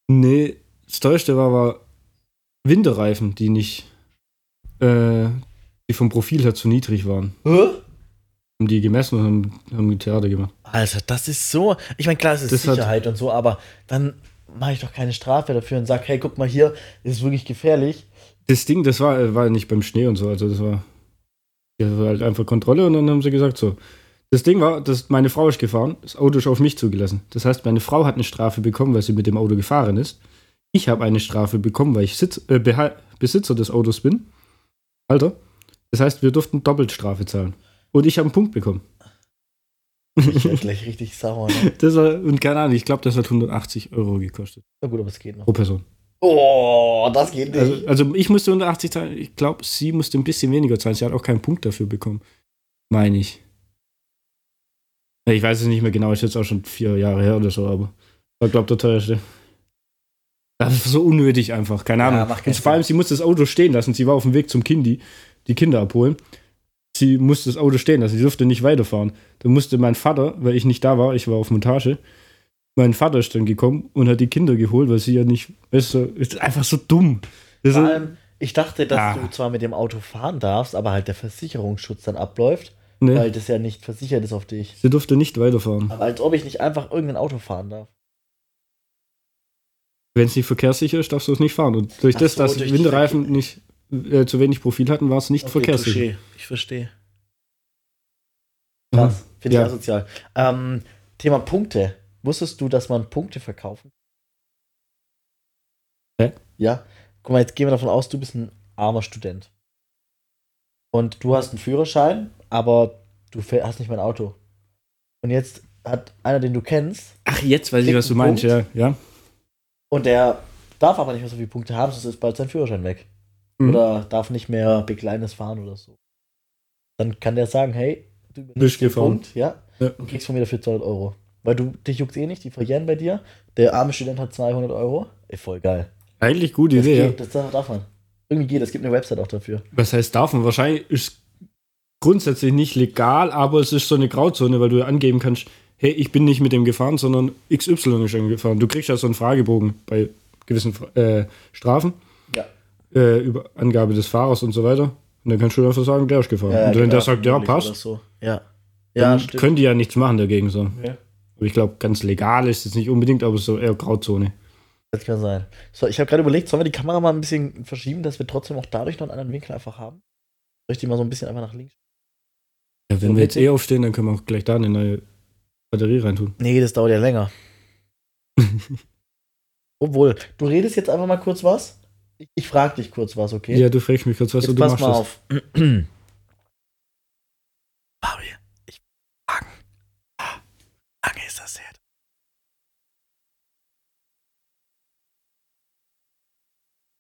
Speaker 3: nee, das teuerste war, war Winterreifen, die nicht, äh, die vom Profil her zu niedrig waren.
Speaker 2: Hä?
Speaker 3: Haben die gemessen und haben, haben die Theater gemacht.
Speaker 2: Alter, das ist so. Ich meine, klar, es ist
Speaker 3: Das hat-
Speaker 2: Sicherheit und so, aber dann mache ich doch keine Strafe dafür und sage, hey, guck mal hier, das ist wirklich gefährlich.
Speaker 3: Das Ding, das war, äh, war nicht beim Schnee und so, also das war, das war halt einfach Kontrolle und dann haben sie gesagt so. Das Ding war, dass meine Frau ist gefahren, das Auto ist auf mich zugelassen. Das heißt, meine Frau hat eine Strafe bekommen, weil sie mit dem Auto gefahren ist. Ich habe eine Strafe bekommen, weil ich Sitz, äh, Behal- Besitzer des Autos bin. Alter. Das heißt, wir durften doppelt Strafe zahlen. Und ich habe einen Punkt bekommen.
Speaker 2: Ich werde gleich richtig sauer. Ne?
Speaker 3: Das war, und keine Ahnung, ich glaube, das hat 180 Euro gekostet.
Speaker 2: Na gut, aber es geht noch.
Speaker 3: Pro Person.
Speaker 2: Oh, das geht nicht.
Speaker 3: Also, also ich musste 180 zahlen. Ich glaube, sie musste ein bisschen weniger zahlen. Sie hat auch keinen Punkt dafür bekommen. Meine ich. Ja, Ich weiß es nicht mehr genau. Ist jetzt auch schon vier Jahre her oder so, aber war, glaube der teuerste. Das ist so unnötig einfach. Keine
Speaker 2: Ja,
Speaker 3: Ahnung.
Speaker 2: macht keinen
Speaker 3: Und vor allem, sie musste das Auto stehen lassen. Sie war auf dem Weg zum Kindi, die Kinder abholen. Sie musste das Auto stehen lassen. Sie durfte nicht weiterfahren. Dann musste mein Vater, weil ich nicht da war, ich war auf Montage, mein Vater ist dann gekommen und hat die Kinder geholt, weil sie ja nicht. Weißt du, ist einfach so dumm. Das
Speaker 2: Vor
Speaker 3: ist-
Speaker 2: allem, ich dachte, dass
Speaker 3: Ah.
Speaker 2: du zwar mit dem Auto fahren darfst, aber halt der Versicherungsschutz dann abläuft,
Speaker 3: Nee,
Speaker 2: weil das ja nicht versichert ist auf dich.
Speaker 3: ne, sie durfte nicht weiterfahren.
Speaker 2: Aber als ob ich nicht einfach irgendein Auto fahren darf.
Speaker 3: Wenn es nicht verkehrssicher ist, darfst du es nicht fahren. Und durch
Speaker 2: Ach
Speaker 3: das,
Speaker 2: so,
Speaker 3: dass
Speaker 2: durch die
Speaker 3: Winterreifen nicht äh, zu wenig Profil hatten, war es nicht verkehrssicher.
Speaker 2: Touché. Ich verstehe.
Speaker 3: Aha.
Speaker 2: Krass, finde ich
Speaker 3: Ja.
Speaker 2: asozial. Ähm, Thema Punkte. Wusstest du, dass man Punkte verkaufen kann?
Speaker 3: Hä?
Speaker 2: Ja. Guck mal, jetzt gehen wir davon aus, du bist ein armer Student. Und du hast einen Führerschein, aber du fähr- hast nicht mein Auto. Und jetzt hat einer, den du kennst,
Speaker 3: Ach, jetzt weiß
Speaker 2: ich, was du meinst,
Speaker 3: ja. ja.
Speaker 2: und der darf aber nicht mehr so viele Punkte haben, sonst ist bald sein Führerschein weg.
Speaker 3: Mhm.
Speaker 2: Oder darf nicht mehr Big Linus fahren oder so. Dann kann der sagen, hey, du
Speaker 3: Bist gefahren.
Speaker 2: Punkt, ja,
Speaker 3: Ja.
Speaker 2: und kriegst von mir dafür 200 Euro. Weil du, dich juckt eh nicht, die verjähren bei dir. Der arme Student hat 200 Euro. Ey, voll geil.
Speaker 3: Eigentlich gute
Speaker 2: Das
Speaker 3: Idee. ja.
Speaker 2: geht, das darf darf man. Irgendwie geht, es gibt eine Website auch dafür.
Speaker 3: Was heißt darf man? Wahrscheinlich ist grundsätzlich nicht legal, aber es ist so eine Grauzone, weil du angeben kannst, hey, ich bin nicht mit dem gefahren, sondern XY ist angefahren. Du kriegst ja so einen Fragebogen bei gewissen äh, Strafen.
Speaker 2: Ja.
Speaker 3: Äh, über Angabe des Fahrers und so weiter. Und dann kannst du einfach sagen, der ist gefahren. und wenn der sagt, ja,
Speaker 2: genau. Oder
Speaker 3: passt,
Speaker 2: So. Ja, ja
Speaker 3: dann
Speaker 2: stimmt.
Speaker 3: können die ja nichts machen dagegen. So.
Speaker 2: Ja.
Speaker 3: Aber ich glaube, ganz legal ist es nicht unbedingt, aber so eher Grauzone.
Speaker 2: Das kann sein. So, ich habe gerade überlegt, sollen wir die Kamera mal ein bisschen verschieben, dass wir trotzdem auch dadurch noch einen anderen Winkel einfach haben? Soll ich die mal so ein bisschen einfach nach links?
Speaker 3: Ja, wenn
Speaker 2: So,
Speaker 3: wir jetzt
Speaker 2: bitte.
Speaker 3: eh aufstehen, dann können wir auch gleich da eine neue Batterie reintun.
Speaker 2: Nee, das dauert ja länger. Obwohl, du redest jetzt einfach mal kurz was. Ich, ich frage dich kurz was, okay?
Speaker 3: Ja, du fragst mich kurz, was
Speaker 2: jetzt
Speaker 3: du
Speaker 2: pass
Speaker 3: machst.
Speaker 2: mal
Speaker 3: das.
Speaker 2: auf. Fabi, ich fragen. Lange ist das her.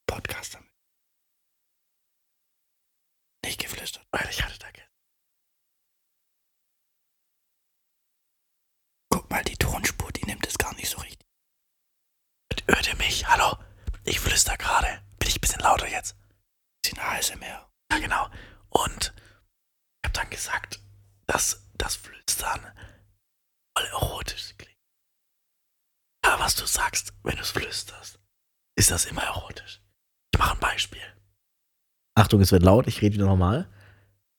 Speaker 2: Podcast damit. Nicht geflüstert, weil ich hatte da Guck mal, die Tonspur, die nimmt es gar nicht so richtig. Hört ihr mich? Hallo? Ich flüster gerade. Bin ich ein bisschen lauter jetzt? bisschen ASMR. Ja, genau. Und ich habe dann gesagt, dass das Flüstern voll erotisch klingt. Ja, was du sagst, wenn du es flüsterst, ist das immer erotisch. Ich mache ein Beispiel. Achtung, es wird laut, ich rede wieder normal.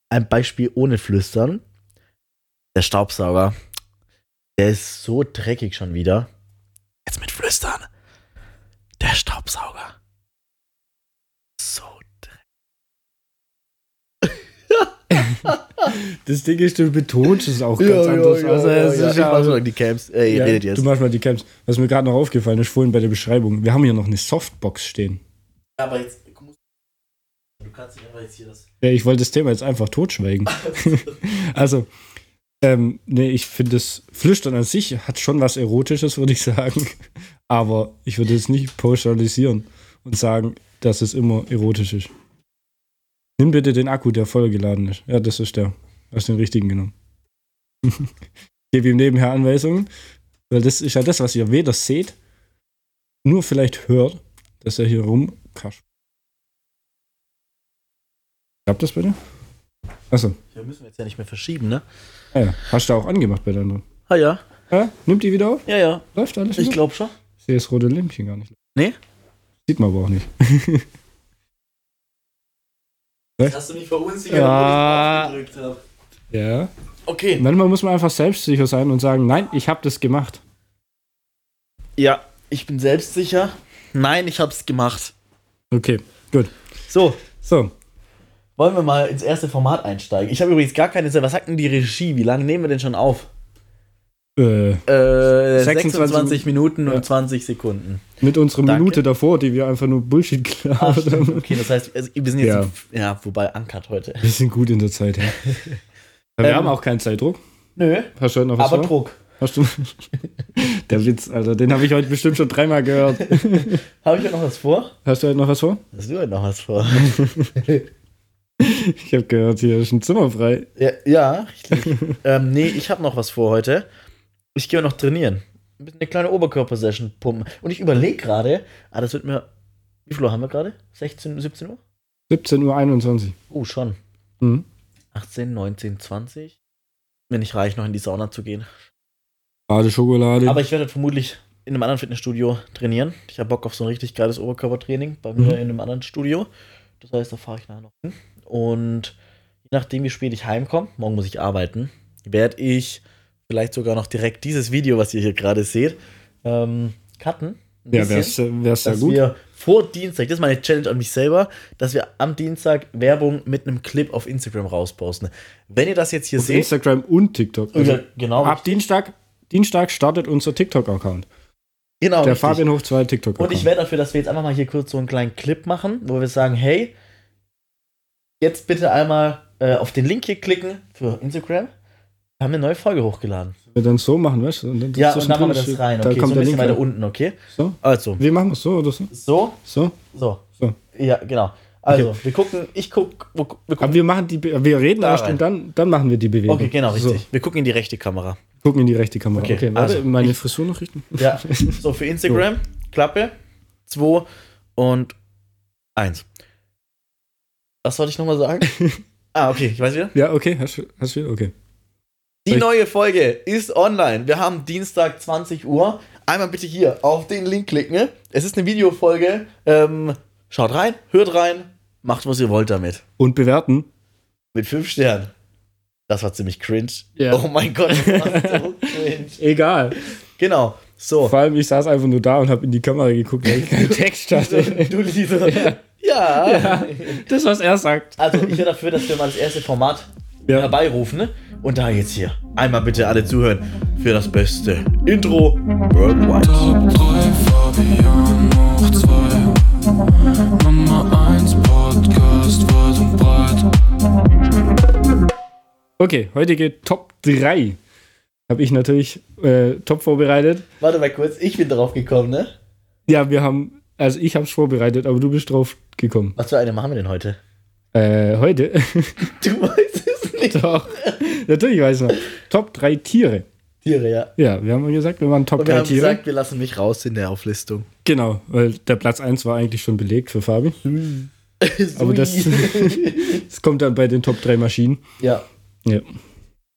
Speaker 2: Ein Beispiel ohne Flüstern. Der Staubsauger. Der ist so dreckig schon wieder. Jetzt mit Flüstern. Der Staubsauger. So
Speaker 3: Das Ding ist, du betonst es auch ganz
Speaker 2: Ja, ja,
Speaker 3: anders.
Speaker 2: ja,
Speaker 3: also,
Speaker 2: ja,
Speaker 3: es
Speaker 2: ja,
Speaker 3: ist
Speaker 2: ich
Speaker 3: ja,
Speaker 2: mach so die Camps. Ey, ihr
Speaker 3: ja,
Speaker 2: redet jetzt.
Speaker 3: Du machst mal die Camps. Was mir gerade noch aufgefallen ist, vorhin bei der Beschreibung, wir haben hier noch eine Softbox stehen.
Speaker 2: Aber jetzt musst Du kannst nicht einfach jetzt hier das.
Speaker 3: Ja, ich wollte das Thema jetzt einfach totschweigen. also, ähm, nee, ich finde das Flüstern an sich hat schon was Erotisches, würde ich sagen. Aber ich würde es nicht pauschalisieren und sagen, dass es immer erotisch ist. Nimm bitte den Akku, der vollgeladen ist. Ja, das ist der. Du hast den richtigen genommen. Gebe ihm nebenher Anweisungen, weil das ist ja das, was ihr weder seht, nur vielleicht hört, dass er hier rumkascht. Klappt das bitte? Achso.
Speaker 2: Ja, müssen wir jetzt ja nicht mehr verschieben, ne?
Speaker 3: Ah ja, hast du auch angemacht bei der anderen.
Speaker 2: Ah ja.
Speaker 3: Ja, nimmt die wieder auf?
Speaker 2: Ja, ja.
Speaker 3: Läuft alles
Speaker 2: Ich
Speaker 3: wieder?
Speaker 2: glaube schon.
Speaker 3: Ich sehe das rote Lämpchen gar nicht.
Speaker 2: Nee?
Speaker 3: Sieht man aber auch nicht.
Speaker 2: Das hast du mich verunsichert,
Speaker 3: Ja.
Speaker 2: obwohl ich drauf gedrückt
Speaker 3: Ja.
Speaker 2: habe. Ah. Okay.
Speaker 3: Manchmal muss man einfach selbstsicher sein und sagen, nein, ich habe das gemacht.
Speaker 2: Ja, ich bin selbstsicher. Nein, ich hab's gemacht.
Speaker 3: Okay, gut.
Speaker 2: So,
Speaker 3: So,
Speaker 2: wollen wir mal ins erste Format einsteigen. Ich habe übrigens gar keine Zeit. Was sagt denn die Regie? Wie lange nehmen wir denn schon auf?
Speaker 3: äh,
Speaker 2: Äh,
Speaker 3: 26
Speaker 2: 26, Minuten
Speaker 3: Ja.
Speaker 2: und 20 Sekunden.
Speaker 3: mit unserer
Speaker 2: Danke.
Speaker 3: Minute davor, die wir einfach nur Bullshit
Speaker 2: Ah,
Speaker 3: gelabert
Speaker 2: stimmt.
Speaker 3: haben.
Speaker 2: Okay, das heißt, also, wir sind jetzt.
Speaker 3: Ja.
Speaker 2: Ja, ja wobei Uncut heute.
Speaker 3: Wir sind gut in der Zeit, ja. Aber Wir
Speaker 2: Ähm.
Speaker 3: haben auch keinen Zeitdruck.
Speaker 2: Nö,
Speaker 3: Hast du heute noch was
Speaker 2: aber
Speaker 3: vor?
Speaker 2: Druck.
Speaker 3: Hast du der Witz, Alter, den habe ich heute bestimmt schon dreimal gehört.
Speaker 2: Habe ich ja noch was vor?
Speaker 3: Hast du heute noch was vor?
Speaker 2: Hast du ja noch was vor?
Speaker 3: Ich habe gehört, hier ist ein Zimmer frei.
Speaker 2: ja, ja, richtig. ähm, nee, ich habe noch was vor heute. Ich gehe noch trainieren. Ein bisschen Eine kleine Oberkörpersession pumpen. Und ich überlege gerade, ah, das wird mir. Wie viel Uhr haben wir gerade? 16, 17 Uhr?
Speaker 3: 17.21 Uhr.
Speaker 2: Oh, schon.
Speaker 3: Mhm.
Speaker 2: 18, 19, 20. Wenn ich reich, noch in die Sauna zu gehen.
Speaker 3: Gerade Schokolade.
Speaker 2: Aber ich werde vermutlich in einem anderen Fitnessstudio trainieren. Ich habe Bock auf so ein richtig geiles Oberkörpertraining bei mir
Speaker 3: Mhm.
Speaker 2: in einem anderen Studio. Das heißt, da fahre ich nachher noch hin. Und je nachdem, wie spät ich heimkomme, morgen muss ich arbeiten, werde ich vielleicht sogar noch direkt dieses Video, was ihr hier gerade seht, ähm, cutten. Ein
Speaker 3: ja,
Speaker 2: bisschen,
Speaker 3: wär's, wär's ja
Speaker 2: dass
Speaker 3: gut.
Speaker 2: wir vor Dienstag, das ist meine Challenge an mich selber, dass wir am Dienstag Werbung mit einem Clip auf Instagram rausposten. Wenn ihr das jetzt hier
Speaker 3: Auf
Speaker 2: seht,
Speaker 3: Instagram und TikTok. Also,
Speaker 2: Ja, genau,
Speaker 3: ab Dienstag, Dienstag startet unser TikTok-Account.
Speaker 2: genau
Speaker 3: Der
Speaker 2: richtig.
Speaker 3: Fabian Hoch 2 TikTok-Account.
Speaker 2: Und ich wäre dafür, dass wir jetzt einfach mal hier kurz so einen kleinen Clip machen, wo wir sagen, hey, jetzt bitte einmal äh, auf den Link hier klicken für Instagram. Wir haben eine neue Folge hochgeladen.
Speaker 3: wir dann so machen, weißt du? Und dann,
Speaker 2: ja,
Speaker 3: das
Speaker 2: und dann machen wir das
Speaker 3: steht-
Speaker 2: rein.
Speaker 3: Da
Speaker 2: Okay,
Speaker 3: kommt
Speaker 2: so ein bisschen
Speaker 3: der Link
Speaker 2: weiter
Speaker 3: rein.
Speaker 2: unten, okay?
Speaker 3: So.
Speaker 2: Also,
Speaker 3: Wir machen es so oder so?
Speaker 2: so,
Speaker 3: So.
Speaker 2: so.
Speaker 3: So.
Speaker 2: Ja, genau. Also, wir gucken, ich guck, wo, wir
Speaker 3: Aber
Speaker 2: gucken.
Speaker 3: wir machen die, Be- wir reden
Speaker 2: Da
Speaker 3: erst
Speaker 2: rein.
Speaker 3: und dann, dann machen wir die Bewegung.
Speaker 2: Okay, genau, richtig.
Speaker 3: So,
Speaker 2: Wir gucken in die rechte Kamera.
Speaker 3: gucken in die rechte Kamera. Okay,
Speaker 2: Okay,
Speaker 3: warte,
Speaker 2: also,
Speaker 3: meine
Speaker 2: ich-
Speaker 3: Frisur noch richten.
Speaker 2: Ja, so für Instagram, Klappe, 2 und 1. Was wollte ich nochmal sagen? ah, okay, ich weiß wieder.
Speaker 3: Ja, okay, hast du, hast du, okay.
Speaker 2: Die neue Folge ist online. Wir haben Dienstag 20 Uhr. Einmal bitte hier auf den Link klicken. Es ist eine Videofolge. Ähm, schaut rein, hört rein, macht was ihr wollt damit.
Speaker 3: Und bewerten.
Speaker 2: Mit 5 Sternen. Das war ziemlich cringe.
Speaker 3: Ja.
Speaker 2: Oh mein Gott, das war so cringe.
Speaker 3: Egal.
Speaker 2: Genau. So.
Speaker 3: Vor allem, ich saß einfach nur da und habe in die Kamera geguckt, weil ich keinen Text hatte.
Speaker 2: Du Lisa. Ja. ja.
Speaker 3: Das, was er sagt.
Speaker 2: Also ich wäre dafür, dass wir mal das erste Format
Speaker 3: Ja.
Speaker 2: herbeirufen. Ne? Und da jetzt hier. Einmal bitte alle zuhören für das beste Intro worldwide.
Speaker 1: Top 3 Fabian hoch 2 Nummer 1 Podcast weit und breit
Speaker 3: Okay, heutige Top 3. Habe ich natürlich äh, top vorbereitet.
Speaker 2: Warte mal kurz, ich bin drauf gekommen, ne?
Speaker 3: Ja, wir haben, also ich habe es vorbereitet, aber du bist drauf gekommen.
Speaker 2: Was für eine machen wir denn heute?
Speaker 3: Äh, heute.
Speaker 2: Du weißt es nicht.
Speaker 3: Doch. Natürlich weiß man. Top 3 Tiere.
Speaker 2: Tiere, ja.
Speaker 3: Ja, wir haben ja gesagt, wir waren Top
Speaker 2: Und wir
Speaker 3: 3
Speaker 2: haben
Speaker 3: Tiere.
Speaker 2: gesagt, wir lassen mich raus in der Auflistung.
Speaker 3: genau, weil der Platz 1 war eigentlich schon belegt für Fabi. Aber das, das kommt dann bei den Top 3 Maschinen.
Speaker 2: ja.
Speaker 3: Ja.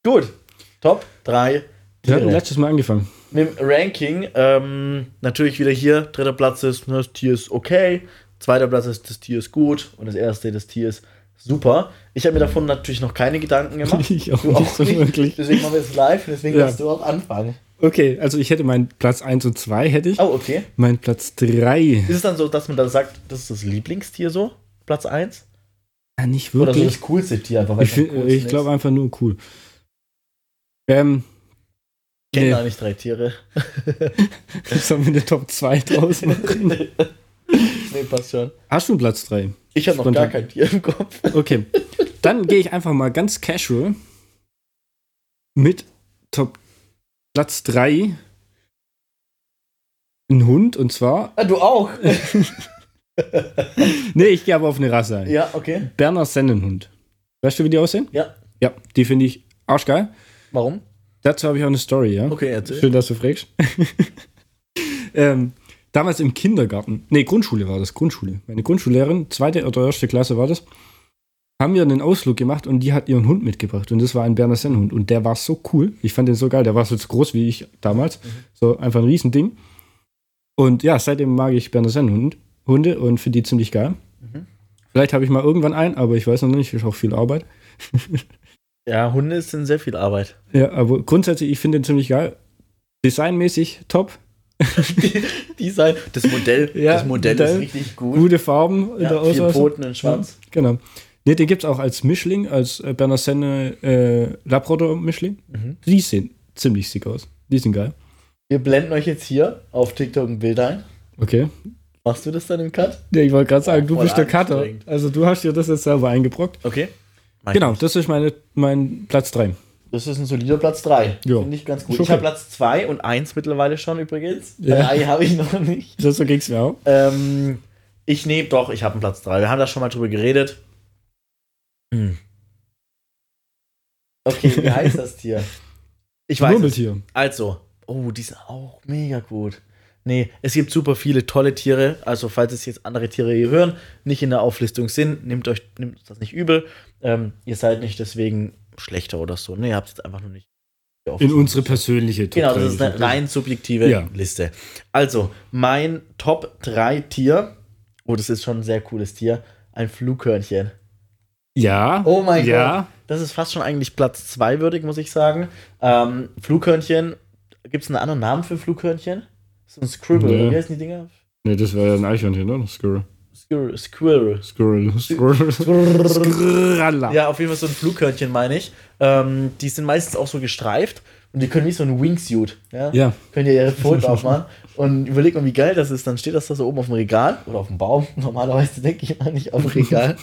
Speaker 2: Gut. Top 3
Speaker 3: Wir hatten
Speaker 2: Tiere.
Speaker 3: letztes Mal angefangen.
Speaker 2: Mit dem Ranking, ähm, natürlich wieder hier, dritter Platz ist, ne, das Tier ist okay, zweiter Platz ist, das Tier ist gut und das erste, das Tier ist super. Ich habe mir davon natürlich noch keine Gedanken gemacht.
Speaker 3: Ich auch
Speaker 2: Du
Speaker 3: nicht
Speaker 2: auch
Speaker 3: so
Speaker 2: nicht.
Speaker 3: wirklich.
Speaker 2: Deswegen machen wir es live und deswegen
Speaker 3: Ja.
Speaker 2: darfst du auch anfangen.
Speaker 3: Okay, also ich hätte meinen Platz 1 und 2 hätte ich.
Speaker 2: Oh, okay.
Speaker 3: Mein Platz 3.
Speaker 2: Ist es dann so, dass man dann sagt, das ist das Lieblingstier so? Platz 1?
Speaker 3: Ja, nicht
Speaker 2: Oder so
Speaker 3: wirklich.
Speaker 2: das coolste Tier einfach, weil
Speaker 3: Ich,
Speaker 2: es am
Speaker 3: find-
Speaker 2: coolsten
Speaker 3: ich
Speaker 2: ist?
Speaker 3: glaube einfach nur cool. Ähm,
Speaker 2: Ich kenne
Speaker 3: nee.
Speaker 2: gar nicht drei Tiere.
Speaker 3: sollen wir eine Top 2 draus machen?
Speaker 2: Nee, passt schon.
Speaker 3: Hast du einen Platz 3?
Speaker 2: Ich habe noch
Speaker 3: Spontan.
Speaker 2: gar kein Tier im Kopf.
Speaker 3: Okay. Dann gehe ich einfach mal ganz casual mit Top Platz 3 ein Hund und zwar.
Speaker 2: Ah, du auch?
Speaker 3: Nee, ich gehe aber auf eine Rasse ein.
Speaker 2: ja, okay.
Speaker 3: Berner Sennenhund. Weißt du, wie die aussehen?
Speaker 2: Ja.
Speaker 3: Ja, die finde ich arschgeil.
Speaker 2: Warum?
Speaker 3: Dazu habe ich auch eine Story, ja?
Speaker 2: Okay, erzähl.
Speaker 3: Schön, dass du fragst. ähm, damals im Kindergarten, nee, Grundschule war das, Grundschule. Meine Grundschullehrerin, zweite oder erste Klasse war das, haben wir einen Ausflug gemacht und die hat ihren Hund mitgebracht. Und das war ein Berner Sennenhund. Und der war so cool. Ich fand den so geil. Der war so groß wie ich damals. So einfach ein Riesending. Und ja, seitdem mag ich Berner Sennenhund. Hunde und finde die ziemlich geil.
Speaker 2: Mhm.
Speaker 3: Vielleicht habe ich mal irgendwann einen, aber ich weiß noch nicht, ist auch viel Arbeit.
Speaker 2: Ja, Hunde sind sehr viel Arbeit.
Speaker 3: Ja, aber grundsätzlich, ich finde den ziemlich geil. Designmäßig top.
Speaker 2: Design, das Modell,
Speaker 3: Ja,
Speaker 2: das Modell
Speaker 3: Modell.
Speaker 2: ist richtig gut.
Speaker 3: Gute Farben in
Speaker 2: ja,
Speaker 3: der
Speaker 2: vier
Speaker 3: Auswahl.
Speaker 2: Poten und Schwanz.
Speaker 3: Ja, genau. Ne, den gibt es auch als Mischling, als äh, Berner Senne äh, Labrador-Mischling.
Speaker 2: Mhm.
Speaker 3: Die sehen ziemlich sick aus. Die sind geil.
Speaker 2: Wir blenden euch jetzt hier auf TikTok ein Bild ein.
Speaker 3: Okay.
Speaker 2: Machst du das dann im Cut?
Speaker 3: Ja, ich wollte gerade sagen, du
Speaker 2: Voll
Speaker 3: bist der Cutter.
Speaker 2: anstrengend.
Speaker 3: Also du hast dir das jetzt selber eingebrockt.
Speaker 2: Okay.
Speaker 3: Genau, das ist meine, mein Platz 3.
Speaker 2: Das ist ein solider Platz 3.
Speaker 3: Ja.
Speaker 2: Finde ich ganz gut.
Speaker 3: Ist okay.
Speaker 2: Ich habe Platz 2 und 1 mittlerweile schon übrigens.
Speaker 3: Ja.
Speaker 2: 3 habe ich noch nicht.
Speaker 3: Das so ging's mir auch.
Speaker 2: Ähm, ich nehme doch, ich habe einen Platz 3. Wir haben da schon mal drüber geredet. Hm. Okay, wie heißt das Tier? Ich weiß. Es.
Speaker 3: Murmeltier.
Speaker 2: Also, oh, die sind auch mega gut. Nee, es gibt super viele tolle Tiere. Also, falls es jetzt andere Tiere hier hören, nicht in der Auflistung sind, nehmt euch nehmt uns das nicht übel. Ähm, ihr seid nicht deswegen schlechter oder so. Nee, ihr habt es jetzt einfach nur nicht.
Speaker 3: In unsere persönliche Top
Speaker 2: Genau,
Speaker 3: drei
Speaker 2: das ist eine
Speaker 3: geschoben.
Speaker 2: rein subjektive
Speaker 3: Ja.
Speaker 2: Liste. Also, mein Top 3 Tier. Oh, das ist schon ein sehr cooles Tier. Ein Flughörnchen.
Speaker 3: Ja.
Speaker 2: Oh mein
Speaker 3: ja.
Speaker 2: Gott. Das ist fast schon eigentlich Platz 2 würdig, muss ich sagen. Ähm, Flughörnchen. Gibt es einen anderen Namen für Flughörnchen? So ein Scribble.
Speaker 3: Nö.
Speaker 2: Wie heißen die Dinger?
Speaker 3: Ne, das war ja ein Eichhörnchen, ne? Squirrel.
Speaker 2: Squirrel. Squirrel.
Speaker 3: Squirrel. Squirrel. Squirrel.
Speaker 2: Ja, auf jeden Fall so ein Flughörnchen, meine ich. Ähm, die sind meistens auch so gestreift und die können wie so ein Wingsuit. Ja.
Speaker 3: Ja.
Speaker 2: könnt ihr ihre Pfoten aufmachen und überlegt mal, wie geil das ist. Dann steht das da so oben auf dem Regal oder auf dem Baum. Normalerweise denke ich mal nicht auf dem Regal.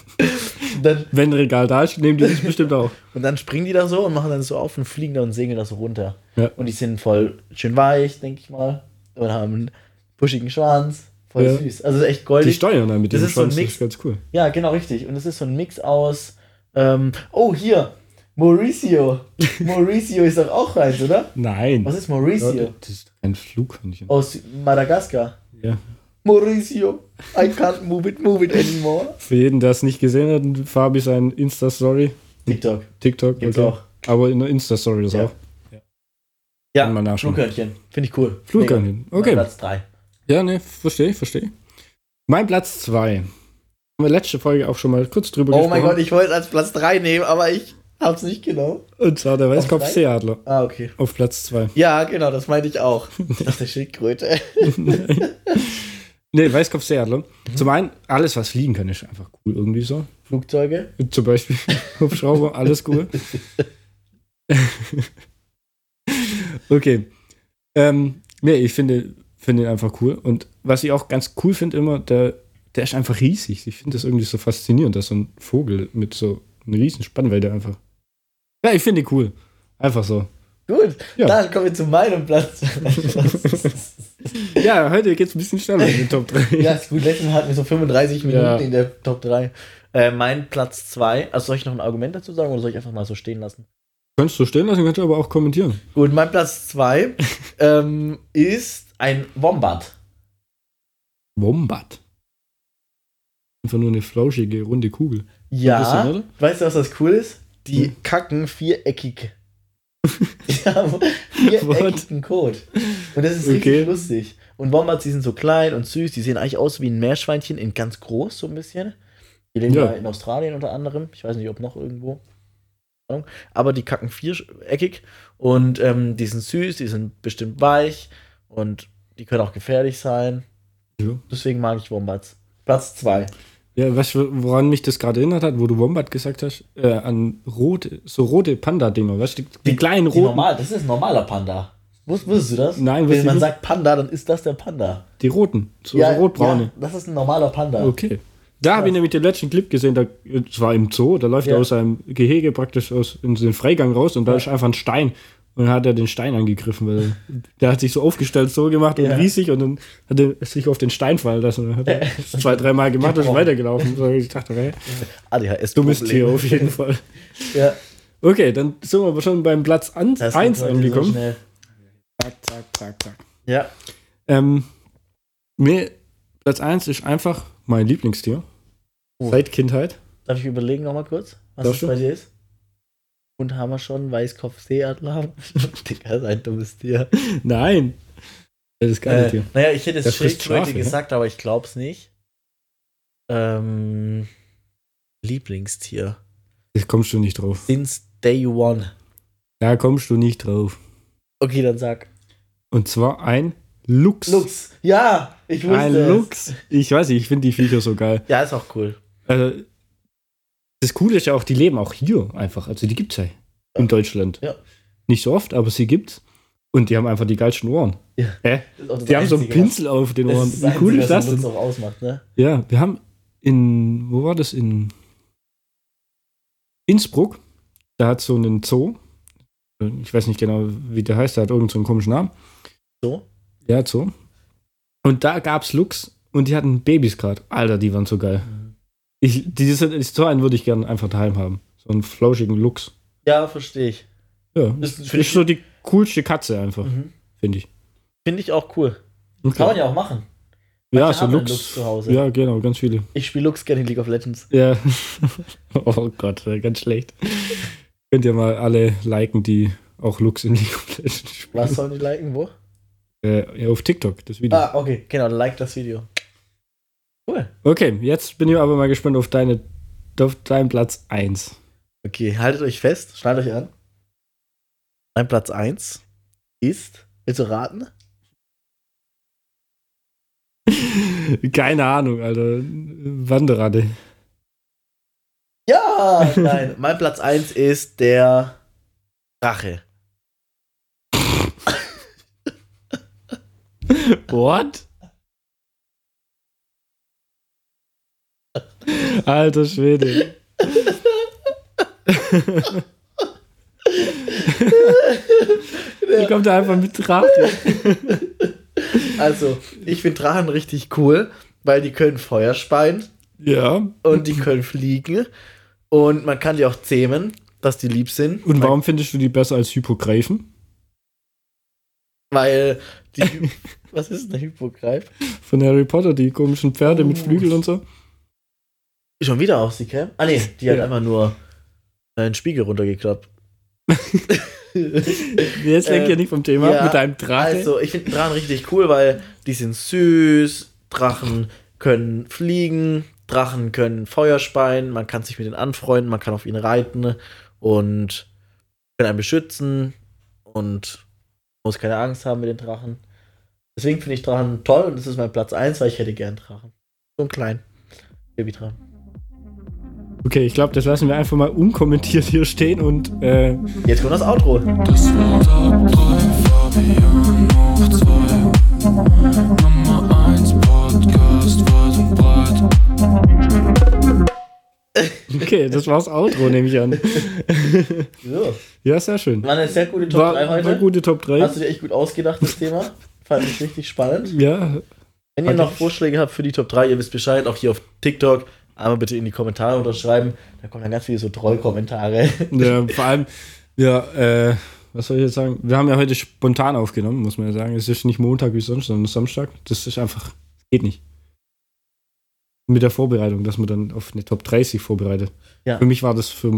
Speaker 2: Und dann,
Speaker 3: Wenn ein Regal da ist, nehmen die das bestimmt auch.
Speaker 2: und dann springen die da so und machen dann so auf und fliegen da und segeln da so runter.
Speaker 3: Ja.
Speaker 2: Und die sind voll schön weich, denke ich mal. Und haben einen puschigen Schwanz. Voll
Speaker 3: Ja.
Speaker 2: süß. Also echt
Speaker 3: Die
Speaker 2: goldig.
Speaker 3: steuern dann mit
Speaker 2: Das
Speaker 3: dem
Speaker 2: ist so ein
Speaker 3: Schwanz. Das
Speaker 2: Mix.
Speaker 3: ist ganz cool.
Speaker 2: Ja, genau richtig. Und es ist so ein Mix aus. Ähm, oh, hier. Mauricio. Mauricio ist doch auch eins, oder?
Speaker 3: Nein.
Speaker 2: Was ist Mauricio?
Speaker 3: Das ist ein Flughörnchen.
Speaker 2: Aus Madagaskar.
Speaker 3: Ja.
Speaker 2: Mauricio, I can't move it, move it anymore.
Speaker 3: Für jeden, der es nicht gesehen hat, Fabi sein Insta-Story,
Speaker 2: TikTok.
Speaker 3: TikTok.
Speaker 2: Gibt's auch.
Speaker 3: Aber in der Insta-Story das
Speaker 2: Ja.
Speaker 3: auch.
Speaker 2: Ja,
Speaker 3: Kann man nachschauen.
Speaker 2: Flughörnchen. Finde ich cool.
Speaker 3: Flughörnchen,
Speaker 2: Mega.
Speaker 3: okay.
Speaker 2: Mein Platz 3.
Speaker 3: Ja, ne, verstehe, verstehe. Mein Platz 2. Haben wir letzte Folge auch schon mal kurz drüber
Speaker 2: Oh
Speaker 3: gesprochen.
Speaker 2: mein Gott, ich wollte es als Platz 3 nehmen, aber ich hab's nicht genau.
Speaker 3: Und zwar der
Speaker 2: drei?
Speaker 3: Weißkopf-Seeadler
Speaker 2: Ah, okay.
Speaker 3: auf Platz 2.
Speaker 2: Ja, genau, das meinte ich auch. Das ist der Schildkröte.
Speaker 3: Ne, Weißkopf-Seeadler. Zum einen, alles, was fliegen kann, ist einfach cool irgendwie so.
Speaker 2: Flugzeuge.
Speaker 3: Zum Beispiel Hubschrauber, alles cool. okay. Ähm, nee, ich finde, finde ihn einfach cool. Und was ich auch ganz cool finde immer, der, der ist einfach riesig. Ich finde das irgendwie so faszinierend, dass so ein Vogel mit so einer riesen Spannweite einfach. Ja, ich finde ihn cool. Einfach so.
Speaker 2: Gut,
Speaker 3: Ja.
Speaker 2: dann kommen wir zu meinem Platz.
Speaker 3: Ja, heute geht's ein bisschen schneller in den Top 3.
Speaker 2: ja, ist gut. Letztens hatten wir so 35 Minuten
Speaker 3: Ja.
Speaker 2: in der Top 3. Äh, mein Platz 2. Also soll ich noch ein Argument dazu sagen oder soll ich einfach mal so stehen lassen?
Speaker 3: Könntest du stehen lassen, könntest du aber auch kommentieren.
Speaker 2: Gut, mein Platz 2 ähm, ist ein Wombat.
Speaker 3: Wombat. Einfach nur eine flauschige, runde Kugel.
Speaker 2: Ja.
Speaker 3: Bisschen, oder?
Speaker 2: Weißt du, was das cool ist? Die
Speaker 3: Hm.
Speaker 2: kacken viereckig. Die haben viereckigen Code. Und das ist
Speaker 3: Okay.
Speaker 2: richtig lustig. Und Wombats, die sind so klein und süß. Die sehen eigentlich aus wie ein Meerschweinchen in ganz groß, so ein bisschen. Die leben
Speaker 3: Ja.
Speaker 2: ja in Australien unter anderem. Ich weiß nicht, ob noch irgendwo. Keine Ahnung. Aber die kacken viereckig. Und ähm, die sind süß, die sind bestimmt weich. Und die können auch gefährlich sein.
Speaker 3: Ja.
Speaker 2: Deswegen mag ich Wombats. Platz 2.
Speaker 3: Ja, weißt du, woran mich das gerade erinnert hat, wo du Wombat gesagt hast, äh, an rote, so rote Panda-Dinger, weißt du, die, die kleinen
Speaker 2: Die
Speaker 3: roten.
Speaker 2: normal, das ist ein normaler Panda. Wus- Wusstest du das?
Speaker 3: Nein, wusste
Speaker 2: Wenn
Speaker 3: ich
Speaker 2: man
Speaker 3: nicht.
Speaker 2: sagt Panda, dann ist das der Panda.
Speaker 3: Die roten, so, so rotbraune.
Speaker 2: ja, das ist ein normaler Panda.
Speaker 3: Okay. Da habe ich nämlich den letzten Clip gesehen, da, das war im Zoo, da läuft
Speaker 2: Ja.
Speaker 3: er aus seinem Gehege praktisch aus, in den Freigang raus und da ist einfach ein Stein. Und dann hat er den Stein angegriffen, weil der hat sich so aufgestellt, so gemacht
Speaker 2: Ja.
Speaker 3: und riesig und dann hat er sich auf den Stein fallen lassen. Und dann hat er zwei, dreimal gemacht und ist
Speaker 2: Gebrochen.
Speaker 3: weitergelaufen. So, ich dachte, hey,
Speaker 2: ADHS.
Speaker 3: dummes Tier auf jeden Fall.
Speaker 2: Ja,
Speaker 3: Okay, dann sind wir aber schon beim Platz
Speaker 2: das
Speaker 3: 1
Speaker 2: geht heute so
Speaker 3: angekommen.
Speaker 2: schnell.
Speaker 3: zack, zack, zack, zack.
Speaker 2: Ja,
Speaker 3: Ähm, mir, Platz 1 ist einfach mein Lieblingstier.
Speaker 2: Oh.
Speaker 3: Seit Kindheit.
Speaker 2: darf ich überlegen nochmal kurz, was
Speaker 3: Darfst
Speaker 2: das
Speaker 3: du?
Speaker 2: bei dir ist? Und haben wir schon Weißkopfseeadler? Digga, ist ein dummes Tier.
Speaker 3: Nein. Das ist geil,
Speaker 2: Äh,
Speaker 3: Tier.
Speaker 2: naja, ich hätte
Speaker 3: Der
Speaker 2: es
Speaker 3: frisst
Speaker 2: Schildkröte
Speaker 3: Schafe, ne?
Speaker 2: gesagt, aber ich glaub's nicht. Ähm, Lieblingstier.
Speaker 3: Da kommst du nicht drauf.
Speaker 2: Since day one.
Speaker 3: Da kommst du nicht drauf.
Speaker 2: Okay, dann sag.
Speaker 3: Und zwar ein Luchs.
Speaker 2: Lux. Ja, ich wusste
Speaker 3: Ein
Speaker 2: es.
Speaker 3: Luchs. Ich weiß nicht, ich finde die Viecher so geil.
Speaker 2: Ja, ist auch cool.
Speaker 3: Also, das Coole ist ja auch, die leben auch hier einfach. Also die gibt's ja in Deutschland.
Speaker 2: Ja.
Speaker 3: Nicht so oft, aber sie gibt's. Und die haben einfach die geilsten Ohren.
Speaker 2: Ja.
Speaker 3: Hä?
Speaker 2: Das ist auch das
Speaker 3: Die haben so einen
Speaker 2: Einzige, was-
Speaker 3: Pinsel auf den
Speaker 2: das
Speaker 3: Ohren.
Speaker 2: ist
Speaker 3: Wie cool
Speaker 2: Einzige,
Speaker 3: ist das
Speaker 2: Was
Speaker 3: denn?
Speaker 2: uns auch ausmacht, ne?
Speaker 3: Ja, wir haben in, wo war das? In Innsbruck. Da hat so einen Zoo. Ich weiß nicht genau, wie der heißt. Der hat irgendeinen so einen komischen Namen.
Speaker 2: So.
Speaker 3: Ja, Zoo. Und da gab's Lux und die hatten Babys gerade. Alter, die waren so geil.
Speaker 2: Mhm.
Speaker 3: Ich, die sind, ich, so einen würde ich gerne einfach daheim haben. So einen flauschigen Lux.
Speaker 2: Ja, verstehe ich.
Speaker 3: Ja,
Speaker 2: Das
Speaker 3: das
Speaker 2: finde ich-
Speaker 3: ist so die coolste Katze einfach,
Speaker 2: Mhm.
Speaker 3: finde ich.
Speaker 2: Finde ich auch cool.
Speaker 3: Okay.
Speaker 2: Kann man ja auch machen.
Speaker 3: ja,
Speaker 2: manche
Speaker 3: so
Speaker 2: haben einen
Speaker 3: Lux.
Speaker 2: Lux zu Hause.
Speaker 3: Ja, genau, ganz viele.
Speaker 2: Ich spiele Lux gerne in League of Legends.
Speaker 3: Ja. oh Gott, äh, ganz schlecht. Könnt ihr mal alle liken, die auch Lux in League of Legends spielen.
Speaker 2: Was sollen die liken? Wo?
Speaker 3: Äh, ja, auf TikTok, das Video.
Speaker 2: Ah, okay, genau, like das Video. Cool.
Speaker 3: Okay, jetzt bin ich aber mal gespannt auf deine auf deinen Platz 1.
Speaker 2: Okay, haltet euch fest, schneidet euch an. Mein Platz 1 ist. Willst du raten?
Speaker 3: Keine Ahnung, Alter. Wanderratte.
Speaker 2: Ja! Nein, mein Platz 1 ist der Drache.
Speaker 3: What? Alter Schwede. Ich komme da einfach mit Drachen.
Speaker 2: Also, ich finde Drachen richtig cool, weil die können Feuer speien
Speaker 3: Ja.
Speaker 2: und die können fliegen. Und man kann die auch zähmen, dass die lieb sind.
Speaker 3: Und warum findest du die besser als Hypogreifen?
Speaker 2: Weil die. Hy- Was ist ein Hypogreif?
Speaker 3: Von Harry Potter, die komischen Pferde
Speaker 2: Oh.
Speaker 3: mit Flügeln und so.
Speaker 2: Schon wieder auf sie, Cam? Ah, nee, die hat
Speaker 3: Ja.
Speaker 2: einfach nur einen Spiegel runtergeklappt.
Speaker 3: Jetzt lenk
Speaker 2: Äh,
Speaker 3: ja nicht vom Thema ab
Speaker 2: ja,
Speaker 3: mit deinem Drache.
Speaker 2: Also, ich finde Drachen richtig cool, weil die sind süß, Drachen können fliegen, Drachen können Feuer speien, man kann sich mit ihnen anfreunden, man kann auf ihnen reiten und können einen beschützen und muss keine Angst haben mit den Drachen. Deswegen finde ich Drachen toll und das ist mein Platz 1, weil ich hätte gern Drachen. So einen kleinen Babydrachen.
Speaker 3: Okay, ich glaube, das lassen wir einfach mal unkommentiert hier stehen und äh,
Speaker 2: Jetzt kommt das Outro.
Speaker 1: Das war Top 3 Fabian hoch 2. Nummer 1 Podcast weit und breit.
Speaker 3: okay, das war's Outro, nehme ich an.
Speaker 2: So.
Speaker 3: Ja, sehr schön.
Speaker 2: War eine sehr gute Top
Speaker 3: War,
Speaker 2: 3 heute.
Speaker 3: war gute Top 3.
Speaker 2: Hast du dir echt gut ausgedacht, das Thema? Fand ich richtig spannend.
Speaker 3: ja,
Speaker 2: Wenn ihr
Speaker 3: Danke.
Speaker 2: noch Vorschläge habt für die Top 3, ihr wisst Bescheid, auch hier auf TikTok, einmal bitte in die Kommentare unterschreiben. Da kommen dann ganz viele so Troll-Kommentare.
Speaker 3: ja, vor allem, ja, äh, was soll ich jetzt sagen? Wir haben ja heute spontan aufgenommen, muss man ja sagen. Es ist nicht Montag wie sonst, sondern Samstag. Das ist einfach, geht nicht. Mit der Vorbereitung, dass man dann auf eine Top 30 vorbereitet.
Speaker 2: Ja.
Speaker 3: Für mich war das für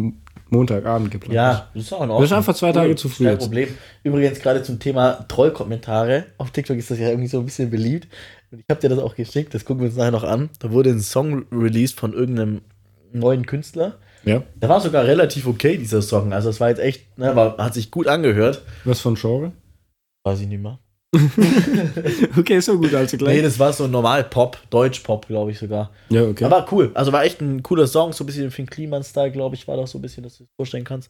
Speaker 3: Montagabend geplant.
Speaker 2: Ja, das ist auch in Ordnung.
Speaker 3: Das ist einfach zwei Tage zu früh
Speaker 2: Kein
Speaker 3: jetzt.
Speaker 2: Problem. Übrigens, gerade zum Thema Troll-Kommentare. Auf TikTok ist das ja irgendwie so ein bisschen beliebt. Und ich habe dir das auch geschickt, das gucken wir uns nachher noch an. Da wurde ein Song released von irgendeinem neuen Künstler.
Speaker 3: Ja.
Speaker 2: Der war sogar relativ okay, dieser Song. Also, es war jetzt echt, ne, war, hat sich gut angehört.
Speaker 3: Was von Genre?
Speaker 2: Weiß ich nicht mehr.
Speaker 3: okay, so gut, also gleich.
Speaker 2: Nee, das war so normal Pop, Deutsch-Pop, glaube ich sogar.
Speaker 3: ja, okay.
Speaker 2: Aber cool. Also war echt ein cooler Song, so ein bisschen Finn Kliman-Style, glaube ich, war doch so ein bisschen, dass du es vorstellen kannst.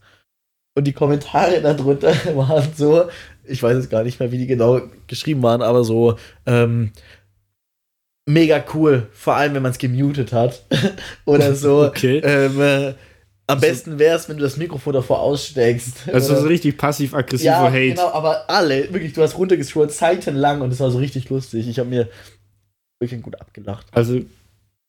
Speaker 2: Und die Kommentare darunter waren so, ich weiß jetzt gar nicht mehr, wie die genau geschrieben waren, aber so, ähm, mega cool, vor allem wenn man es gemutet hat. Oder so.
Speaker 3: Okay.
Speaker 2: Ähm, äh, am besten wäre es, wenn du das Mikrofon davor aussteckst.
Speaker 3: Also
Speaker 2: Oder-
Speaker 3: so richtig passiv-aggressiver
Speaker 2: äh, ja,
Speaker 3: Hate.
Speaker 2: genau, aber alle, wirklich, du hast runtergescrollt, seitenlang und es war so richtig lustig. Ich habe mir wirklich gut abgelacht.
Speaker 3: Also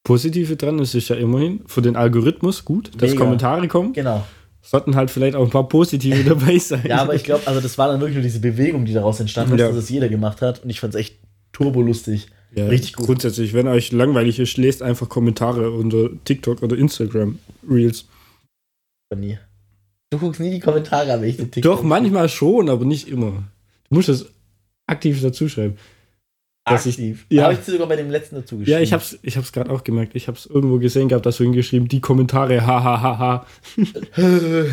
Speaker 3: positive dran ist es ja immerhin für den Algorithmus gut, dass
Speaker 2: Mega.
Speaker 3: Kommentare kommen.
Speaker 2: Genau.
Speaker 3: Sollten halt vielleicht auch ein paar positive dabei sein.
Speaker 2: Ja, aber ich glaube, also das war dann wirklich nur diese Bewegung, die daraus entstanden ist,
Speaker 3: Ja.
Speaker 2: dass es jeder gemacht hat und ich fand es echt turbolustig.
Speaker 3: Ja,
Speaker 2: richtig gut.
Speaker 3: Grundsätzlich, wenn euch langweilig ist, lest einfach Kommentare unter TikTok oder Instagram Reels.
Speaker 2: Nie. Du guckst nie die Kommentare, aber ich den TikTok.
Speaker 3: Doch, manchmal schon, aber nicht immer. Du musst das aktiv dazu schreiben. dass ich-
Speaker 2: aktiv.
Speaker 3: ja.
Speaker 2: Habe ich sogar bei dem letzten dazu geschrieben.
Speaker 3: Ja, ich hab's, ich hab's gerade auch gemerkt. Ich hab's irgendwo gesehen gehabt, dass du hingeschrieben, die Kommentare, ha, ha, ha, ha.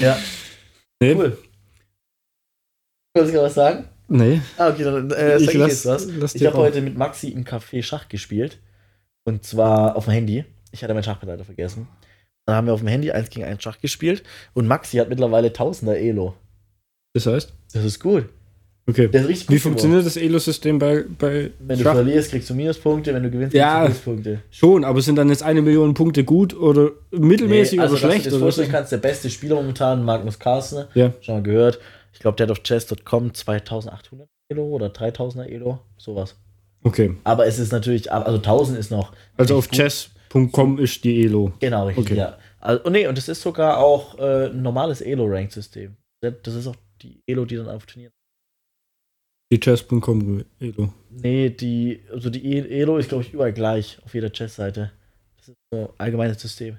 Speaker 2: ja.
Speaker 3: Nee.
Speaker 2: Cool. Wolltest du gerade was sagen?
Speaker 3: Nee.
Speaker 2: Ah, okay, dann äh,
Speaker 3: Ich
Speaker 2: sag ich
Speaker 3: lass-
Speaker 2: jetzt was.
Speaker 3: lass
Speaker 2: ich
Speaker 3: dir
Speaker 2: habe
Speaker 3: raus.
Speaker 2: heute mit Maxi im Café Schach gespielt. Und zwar auf dem Handy. Ich hatte mein Schachbrett leider vergessen. Dann haben wir auf dem Handy 1 gegen 1 Schach gespielt. Und Maxi hat mittlerweile 1000er Elo.
Speaker 3: Das heißt?
Speaker 2: Das ist gut.
Speaker 3: Okay.
Speaker 2: Der ist richtig gut
Speaker 3: Wie funktioniert das Elo-System bei, bei
Speaker 2: geworden. Wenn du
Speaker 3: Schach?
Speaker 2: verlierst, kriegst du Minuspunkte. Wenn du gewinnst, kriegst
Speaker 3: Ja.
Speaker 2: du Pluspunkte.
Speaker 3: Schon, aber sind dann jetzt eine Million Punkte gut oder mittelmäßig
Speaker 2: also,
Speaker 3: oder schlecht?
Speaker 2: Dass du dir das
Speaker 3: Oder so?
Speaker 2: vorstellen kannst, der beste Spieler momentan, Magnus Carlsen.
Speaker 3: Ja.
Speaker 2: Schon mal gehört. Ich glaube, der hat auf chess.com 2800 Elo oder 3000er Elo. Sowas.
Speaker 3: Okay,
Speaker 2: Aber es ist natürlich, also 1000 ist noch.
Speaker 3: also
Speaker 2: echt
Speaker 3: auf
Speaker 2: gut.
Speaker 3: chess.com ist die Elo.
Speaker 2: Genau, richtig,
Speaker 3: Okay.
Speaker 2: ja. Also, und nee, und das ist sogar auch äh, ein normales Elo-Rank-System. Das das ist auch die Elo, die dann auf Turnieren.
Speaker 3: Die chess.com Elo.
Speaker 2: Nee, die, also die E- Elo ist, glaube ich, überall gleich auf jeder Chess-Seite. Das ist so ein allgemeines System.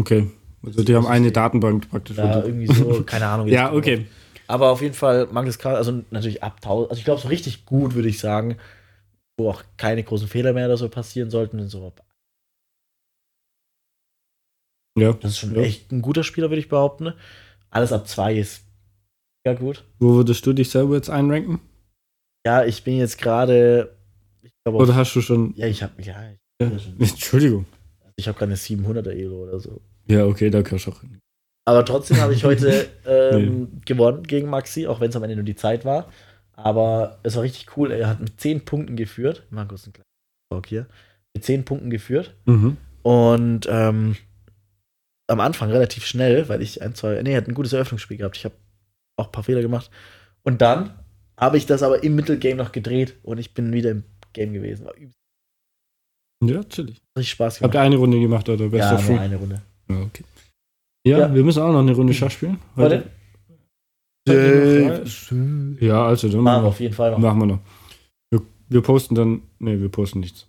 Speaker 3: Okay, also die haben eine Datenbank praktisch.
Speaker 2: Da
Speaker 3: für die-
Speaker 2: irgendwie so, keine Ahnung. wie das
Speaker 3: ja,
Speaker 2: genau
Speaker 3: okay.
Speaker 2: war. Aber auf jeden Fall Magnus Carl, also natürlich ab 1000, also ich glaube, so richtig gut, würde ich sagen, wo auch keine großen Fehler mehr oder so passieren sollten. Und so.
Speaker 3: Ja.
Speaker 2: Das ist schon
Speaker 3: Ja.
Speaker 2: echt ein guter Spieler, würde ich behaupten. Alles ab 2 ist ja gut.
Speaker 3: Wo würdest du dich selber jetzt einranken?
Speaker 2: Ja, ich bin jetzt gerade. Ich glaube,
Speaker 3: Oder
Speaker 2: auf-
Speaker 3: hast du schon.
Speaker 2: ja, ich habe ja, ich,
Speaker 3: Ja. Entschuldigung.
Speaker 2: ich habe keine 700er Elo oder so.
Speaker 3: Ja, okay, da gehörst du auch hin.
Speaker 2: Aber trotzdem habe ich heute ähm, gewonnen gegen Maxi, auch wenn es am Ende nur die Zeit war. Aber es war richtig cool. Er hat mit 10 Punkten geführt. Markus, ein kleiner Talk hier. Mit 10 Punkten geführt.
Speaker 3: Mhm.
Speaker 2: Und ähm, am Anfang relativ schnell, weil ich ein, zwei. Nee, er hat ein gutes Eröffnungsspiel gehabt. Ich habe auch ein paar Fehler gemacht. Und dann habe ich das aber im Mittelgame noch gedreht und ich bin wieder im Game gewesen. War übelst
Speaker 3: Ja, natürlich.
Speaker 2: richtig Spaß gemacht.
Speaker 3: Habt ihr eine Runde gemacht oder best
Speaker 2: Ja,
Speaker 3: of
Speaker 2: nur
Speaker 3: three?
Speaker 2: eine Runde.
Speaker 3: Ja, okay. Ja,
Speaker 2: Ja. Mhm.
Speaker 3: wir müssen auch noch eine Runde Schach spielen.
Speaker 2: Heute?
Speaker 3: Heute?
Speaker 2: Machen
Speaker 3: Ja, also dann
Speaker 2: wir auf jeden Fall noch.
Speaker 3: Machen wir noch. Wir, wir posten dann. Nee, wir posten nichts.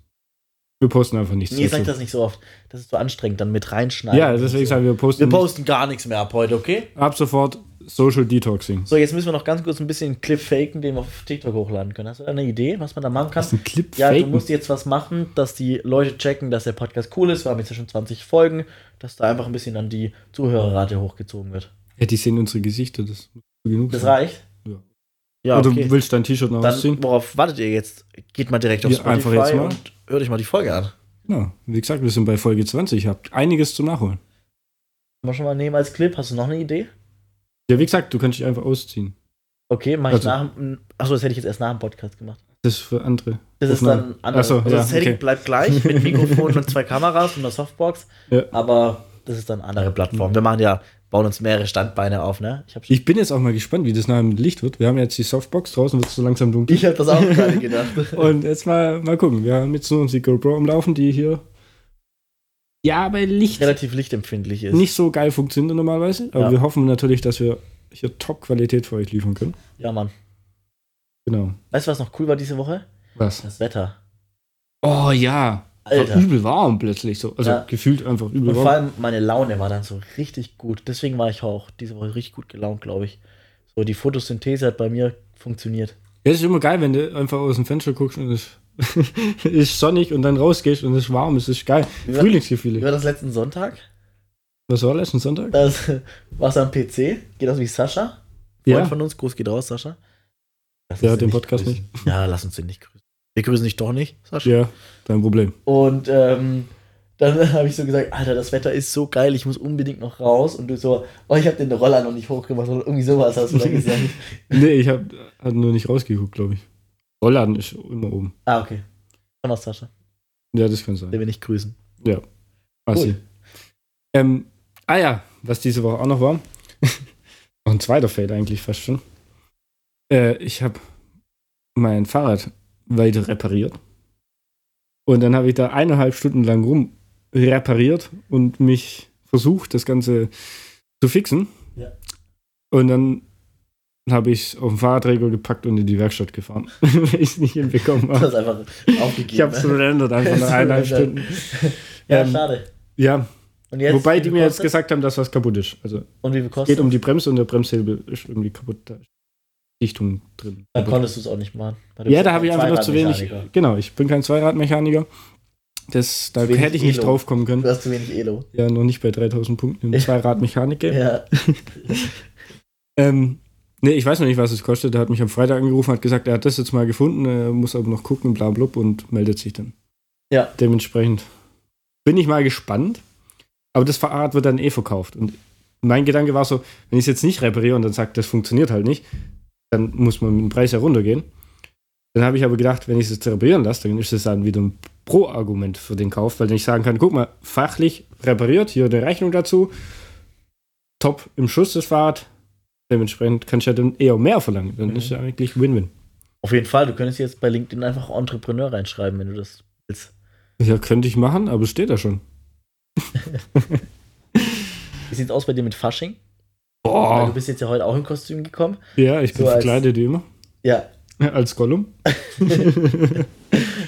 Speaker 3: Wir posten einfach nichts.
Speaker 2: Nee, sag
Speaker 3: dazu.
Speaker 2: das nicht so oft. Das ist so anstrengend, dann mit reinschneiden.
Speaker 3: ja, deswegen sagen wir posten.
Speaker 2: wir
Speaker 3: nichts.
Speaker 2: posten gar nichts mehr ab heute, okay?
Speaker 3: Ab sofort Social Detoxing.
Speaker 2: So, jetzt müssen wir noch ganz kurz ein bisschen einen Clip faken, den wir auf TikTok hochladen können. Hast du da eine Idee, was man da machen kann?
Speaker 3: ein Clip
Speaker 2: Ja, du
Speaker 3: faken?
Speaker 2: musst jetzt was machen, dass die Leute checken, dass der Podcast cool ist. Wir haben jetzt ja schon 20 Folgen, dass da einfach ein bisschen dann die Zuhörerrate hochgezogen wird.
Speaker 3: Ja, die sehen unsere Gesichter, das muss genug
Speaker 2: Das
Speaker 3: sein.
Speaker 2: reicht?
Speaker 3: Ja.
Speaker 2: Ja,
Speaker 3: Oder
Speaker 2: okay.
Speaker 3: du willst dein T-Shirt noch
Speaker 2: Dann,
Speaker 3: ausziehen?
Speaker 2: worauf wartet ihr jetzt? Geht mal direkt auf
Speaker 3: Ja, einfach
Speaker 2: Spotify
Speaker 3: jetzt mal.
Speaker 2: und hört euch mal die Folge an.
Speaker 3: Ja, wie gesagt, wir sind bei Folge 20. Habt einiges zum Nachholen.
Speaker 2: Können wir schon mal nehmen als Clip? Hast du noch eine Idee?
Speaker 3: Ja, wie gesagt, du kannst dich einfach ausziehen.
Speaker 2: Okay, mach
Speaker 3: Also-
Speaker 2: ich nach dem. Achso, das hätte ich jetzt erst nach dem Podcast gemacht.
Speaker 3: Das ist für andere.
Speaker 2: Das ist
Speaker 3: Aufnahme.
Speaker 2: dann anders.
Speaker 3: Ach so,
Speaker 2: also
Speaker 3: ja,
Speaker 2: das Setting
Speaker 3: okay.
Speaker 2: bleibt gleich mit Mikrofon und zwei Kameras und einer Softbox.
Speaker 3: Ja. Mhm.
Speaker 2: Aber das ist dann eine andere Plattform. Wir machen ja, bauen uns mehrere Standbeine auf, ne? Ich habe
Speaker 3: Ich bin jetzt auch mal gespannt, wie das nachher mit Licht wird. Wir haben jetzt die Softbox, draußen wird es so langsam dunkel.
Speaker 2: hab das auch gerade gedacht.
Speaker 3: Und jetzt mal, mal gucken. Wir haben jetzt nur unsere GoPro am Laufen, die hier. Ja, bei Licht
Speaker 2: Relativ lichtempfindlich ist.
Speaker 3: nicht so geil funktioniert normalerweise. Aber
Speaker 2: Ja.
Speaker 3: wir hoffen natürlich, dass wir hier Top-Qualität für euch liefern können.
Speaker 2: Ja, Mann.
Speaker 3: Genau.
Speaker 2: Weißt du, was noch cool war diese Woche?
Speaker 3: Was?
Speaker 2: Das Wetter.
Speaker 3: Oh ja.
Speaker 2: Alter.
Speaker 3: War übel warm plötzlich so. Also
Speaker 2: Ja.
Speaker 3: gefühlt einfach übel
Speaker 2: Und vor
Speaker 3: warm.
Speaker 2: allem meine Laune war dann so richtig gut. Deswegen war ich auch diese Woche richtig gut gelaunt, glaube ich. So, die Photosynthese hat bei mir funktioniert.
Speaker 3: Ja, es ist immer geil, wenn du einfach aus dem Fenster guckst und es ist sonnig und dann rausgehst und es ist warm. Es ist geil.
Speaker 2: Wie war- Wie
Speaker 3: Frühlingsgefühle.
Speaker 2: war das letzten Sonntag?
Speaker 3: Was war letzten Sonntag?
Speaker 2: Das war's am PC. Geht aus wie Sascha. Freund
Speaker 3: Ja.
Speaker 2: von uns. Gruß geht raus, Sascha. Lass
Speaker 3: Der
Speaker 2: uns
Speaker 3: hat den Podcast
Speaker 2: grüßen. Ja, lass uns den nicht grüßen. Wir grüßen dich doch nicht, Sascha.
Speaker 3: Ja, dein Problem.
Speaker 2: Und ähm, dann habe ich so gesagt, Alter, das Wetter ist so geil, ich muss unbedingt noch raus. Und du so, oh, ich habe den Roller noch nicht hochgemacht oder irgendwie sowas hast du dann gesagt.
Speaker 3: Nee, ich habe hab nur nicht rausgeguckt, glaube ich. Rollladen ist immer oben.
Speaker 2: ah, okay. Komm aus Sascha,
Speaker 3: Ja, das kann
Speaker 2: der
Speaker 3: sein.
Speaker 2: will nicht grüßen.
Speaker 3: Massi.
Speaker 2: Cool.
Speaker 3: Ähm, ah ja, was diese Woche auch noch war. noch ein zweiter Fail eigentlich fast schon. Äh, ich habe mein Fahrrad weiter repariert. Und dann habe ich da eineinhalb Stunden lang rum repariert und mich versucht, das Ganze zu fixen.
Speaker 2: Ja.
Speaker 3: Und dann habe ich es auf den Fahrradträger gepackt und in die Werkstatt gefahren, weil ich es nicht hinbekommen
Speaker 2: Du
Speaker 3: habe.
Speaker 2: hast einfach aufgegeben.
Speaker 3: Ah. Ich habe es
Speaker 2: ne?
Speaker 3: verändert, einfach nach eineinhalb
Speaker 2: Surrendert.
Speaker 3: Stunden.
Speaker 2: Ja,
Speaker 3: ähm,
Speaker 2: schade.
Speaker 3: Ja,
Speaker 2: Und jetzt,
Speaker 3: wobei
Speaker 2: wie
Speaker 3: die
Speaker 2: viel
Speaker 3: mir jetzt
Speaker 2: kostet's?
Speaker 3: gesagt haben, dass was kaputt ist. Also
Speaker 2: Und wie viel
Speaker 3: es geht
Speaker 2: kostet
Speaker 3: um die Bremse und der Bremshebel ist irgendwie kaputt. Da ist Dichtung drin.
Speaker 2: Dann konntest du es auch nicht machen. weil du
Speaker 3: ja,
Speaker 2: bist
Speaker 3: da habe ich
Speaker 2: kein
Speaker 3: einfach noch zu wenig.
Speaker 2: Zweiradmechaniker.
Speaker 3: Genau, ich bin kein Zweiradmechaniker. Das, da
Speaker 2: Zu wenig
Speaker 3: hätte ich nicht
Speaker 2: Elo.
Speaker 3: drauf kommen
Speaker 2: Du
Speaker 3: können.
Speaker 2: hast zu wenig Elo.
Speaker 3: Ja, noch nicht bei 3000 Punkten im
Speaker 2: Ja.
Speaker 3: Zweiradmechaniker.
Speaker 2: Ja.
Speaker 3: Ähm, nee, ich weiß noch nicht, was es kostet. Er hat mich am Freitag angerufen, hat gesagt, er hat das jetzt mal gefunden, er muss aber noch gucken, bla blub und meldet sich dann.
Speaker 2: Ja.
Speaker 3: Dementsprechend bin ich mal gespannt. Aber das Fahrrad wird dann eh verkauft. Und mein Gedanke war so, wenn ich es jetzt nicht repariere und dann sagt, das funktioniert halt nicht, dann muss man mit dem Preis heruntergehen. Dann habe ich aber gedacht, wenn ich es jetzt reparieren lasse, dann ist das dann wieder ein Pro-Argument für den Kauf, weil ich sagen kann, guck mal, fachlich repariert, hier eine Rechnung dazu, top im Schuss das Fahrrad, dementsprechend kannst du ja dann eher mehr verlangen. Dann
Speaker 2: Mhm.
Speaker 3: ist ja eigentlich Win-Win.
Speaker 2: Auf jeden Fall, du könntest jetzt bei LinkedIn einfach Entrepreneur reinschreiben, wenn du das willst.
Speaker 3: Ja, könnte ich machen, aber es steht da schon.
Speaker 2: Wie sieht's aus bei dir mit Fasching? Weil Du
Speaker 3: Boah.
Speaker 2: bist jetzt ja heute auch im Kostüm gekommen.
Speaker 3: Ja, ich bin
Speaker 2: So als-
Speaker 3: verkleidet wie immer.
Speaker 2: Ja.
Speaker 3: Als Gollum.
Speaker 2: Ich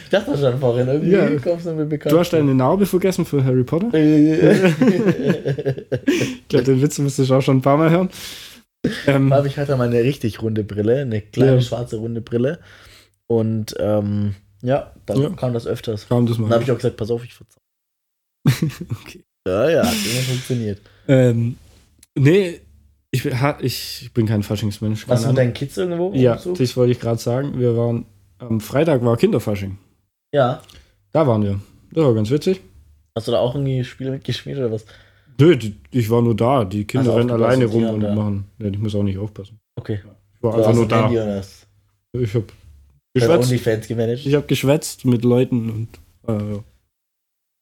Speaker 2: dachte schon vorhin, irgendwie
Speaker 3: Ja.
Speaker 2: kommst du mir bekannt. Äh,
Speaker 3: Du hast deine Narbe vergessen für Harry Potter. Ich glaube, den Witz müsstest du auch schon ein paar Mal hören. Ähm,
Speaker 2: habe ich hatte mal eine richtig runde Brille, eine kleine
Speaker 3: Ja.
Speaker 2: schwarze runde Brille. Und ähm, ja, dann
Speaker 3: Ja.
Speaker 2: kam das öfters.
Speaker 3: kam das mal.
Speaker 2: Dann habe ich auch gesagt, pass auf, ich verzauber.
Speaker 3: Okay.
Speaker 2: Ja, ja, hat immer funktioniert.
Speaker 3: Ähm, nee, ich bin, ha- ich bin kein Faschingsmensch.
Speaker 2: Warst du mit
Speaker 3: keine
Speaker 2: deinen
Speaker 3: Ahnung.
Speaker 2: Kids irgendwo?
Speaker 3: ja,
Speaker 2: rumgesucht?
Speaker 3: das wollte ich gerade sagen. Wir waren am Freitag war Kinderfasching.
Speaker 2: ja.
Speaker 3: Da waren wir. Das war ganz witzig.
Speaker 2: Hast du da auch irgendwie Spiele mitgespielt oder was?
Speaker 3: Nö, die, ich war nur da. Die Kinder
Speaker 2: Also
Speaker 3: rennen
Speaker 2: aufgepasst
Speaker 3: alleine
Speaker 2: auf die
Speaker 3: rum und
Speaker 2: anderen, ja.
Speaker 3: machen. Ja, ich muss auch nicht aufpassen.
Speaker 2: Okay.
Speaker 3: Ich war
Speaker 2: Du
Speaker 3: einfach
Speaker 2: hast
Speaker 3: nur
Speaker 2: ein
Speaker 3: da.
Speaker 2: Handy und hast
Speaker 3: Ich habe
Speaker 2: bei
Speaker 3: geschwätzt.
Speaker 2: OnlyFans gemanagt.
Speaker 3: Ich habe geschwätzt mit Leuten und äh, ja.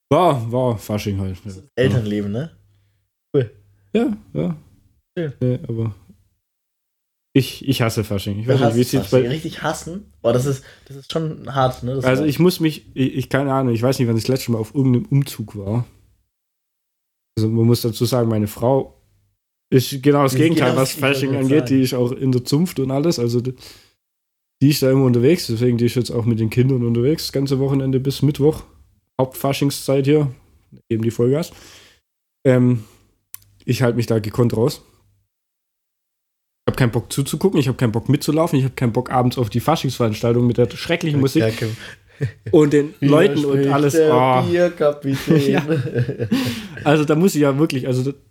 Speaker 3: war, war Fasching halt. Ja,
Speaker 2: Elternleben, ne?
Speaker 3: ja. ja.
Speaker 2: Schön.
Speaker 3: Nee, aber ich, ich hasse Fasching. Ich
Speaker 2: Du
Speaker 3: weiß nicht,
Speaker 2: hast
Speaker 3: wie es jetzt bei,
Speaker 2: richtig hassen. Boah, das ist, das ist schon hart, ne? Das
Speaker 3: Also ich muss mich, ich, ich keine Ahnung, ich weiß nicht, wann ich das letzte Mal auf irgendeinem Umzug war. Also man muss dazu sagen, meine Frau ist genau das
Speaker 2: Die ist
Speaker 3: Gegenteil,
Speaker 2: genau
Speaker 3: was
Speaker 2: das- ich wollte
Speaker 3: Fasching
Speaker 2: gerade
Speaker 3: angeht.
Speaker 2: sagen.
Speaker 3: Die ist auch in der Zunft und alles. Also die die ist da immer unterwegs, deswegen die ist jetzt auch mit den Kindern unterwegs, das ganze Wochenende bis Mittwoch. Hauptfaschingszeit hier, eben die Vollgas. Ähm, ich halte mich da gekonnt raus. Ich habe keinen Bock zuzugucken, ich habe keinen Bock mitzulaufen, ich habe keinen Bock abends auf die Faschingsveranstaltung mit der schrecklichen Musik und den Leuten und alles. Oh.
Speaker 2: Bierkapitän.
Speaker 3: Ja. Also da muss ich ja wirklich, also das-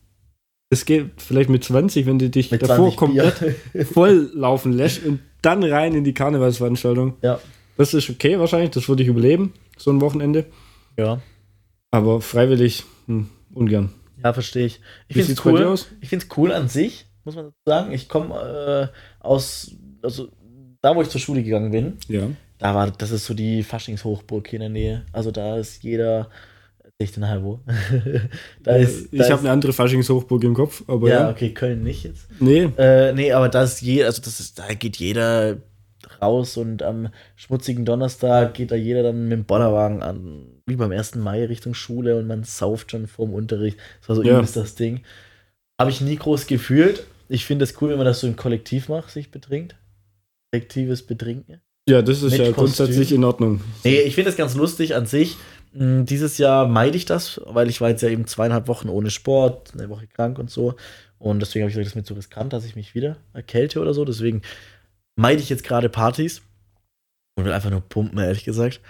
Speaker 3: das geht vielleicht mit 20, wenn du dich
Speaker 2: Mit
Speaker 3: davor
Speaker 2: 20
Speaker 3: komplett
Speaker 2: Bier.
Speaker 3: voll laufen lässt und dann rein in die Karnevalsveranstaltung.
Speaker 2: Ja.
Speaker 3: Das ist okay wahrscheinlich, das würde ich überleben, so ein Wochenende.
Speaker 2: ja.
Speaker 3: Aber freiwillig, hm, ungern.
Speaker 2: Ja, verstehe ich. Ich
Speaker 3: Wie
Speaker 2: finde
Speaker 3: sieht's
Speaker 2: es
Speaker 3: bei dir
Speaker 2: cool.
Speaker 3: aus?
Speaker 2: Ich finde es cool an sich, muss man sagen. Ich komme äh, aus, also da, wo ich zur Schule gegangen bin,
Speaker 3: Ja.
Speaker 2: da war, das ist so die Faschingshochburg hier in der Nähe. Also da ist jeder, ich den Halbo. da ist, da
Speaker 3: Äh, ich habe
Speaker 2: ist,
Speaker 3: eine andere Faschingshochburg im Kopf, aber ja.
Speaker 2: ja, okay, Köln nicht jetzt.
Speaker 3: Nee,
Speaker 2: Äh, nee, aber das je, also das ist, da geht jeder raus und am schmutzigen Donnerstag geht da jeder dann mit dem Bollerwagen an, wie beim 1. Mai Richtung Schule und man sauft schon vorm Unterricht. Das war so
Speaker 3: Ja.
Speaker 2: übelst das Ding. Habe ich nie groß gefühlt. Ich finde es cool, wenn man das so im Kollektiv macht, sich betrinkt. Kollektives Betrinken.
Speaker 3: ja, das ist
Speaker 2: Mit
Speaker 3: ja
Speaker 2: Kostüm.
Speaker 3: grundsätzlich in Ordnung.
Speaker 2: Nee, ich finde das ganz lustig an sich. Mm, Dieses Jahr meide ich das, weil ich war jetzt ja eben zweieinhalb Wochen ohne Sport, eine Woche krank und so. Und deswegen habe ich gesagt, das ist mir zu riskant, dass ich mich wieder erkälte oder so. Deswegen meide ich jetzt gerade Partys und will einfach nur pumpen, ehrlich gesagt.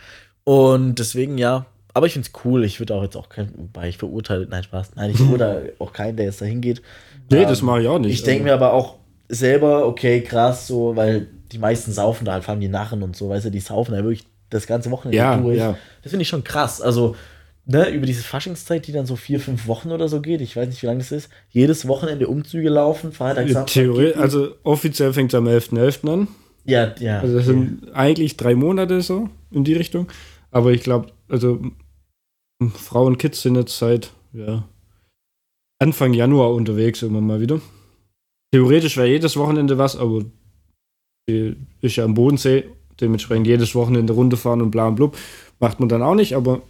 Speaker 2: Und deswegen ja. Aber ich finde es cool. Ich würde auch jetzt auch kein, wobei ich verurteile, nein, Spaß, nein, ich verurteile auch keinen, der jetzt da hingeht.
Speaker 3: Nee,
Speaker 2: Ähm,
Speaker 3: das mache ich auch nicht. also
Speaker 2: Ich denke mir aber auch selber, okay, krass, so, weil die meisten saufen da halt, vor allem die Narren und so, weißt du, die saufen da wirklich das ganze Wochenende
Speaker 3: ja,
Speaker 2: durch.
Speaker 3: ja.
Speaker 2: Das finde ich schon krass. Also, ne, über diese Faschingszeit, die dann so vier, fünf Wochen oder so geht, ich weiß nicht, wie lange das ist, jedes Wochenende Umzüge laufen, Freitag, Samstag.
Speaker 3: Theorie, also offiziell fängt es am 11.11. an.
Speaker 2: Ja, ja.
Speaker 3: Also das sind eigentlich drei Monate so in die Richtung. Aber ich glaube, also m, Frau und Kids sind jetzt seit ja, Anfang Januar unterwegs immer mal wieder. Theoretisch wäre jedes Wochenende was, aber die ist ja am Bodensee, dementsprechend jedes Wochenende runterfahren und bla und blub. Macht man dann auch nicht, aber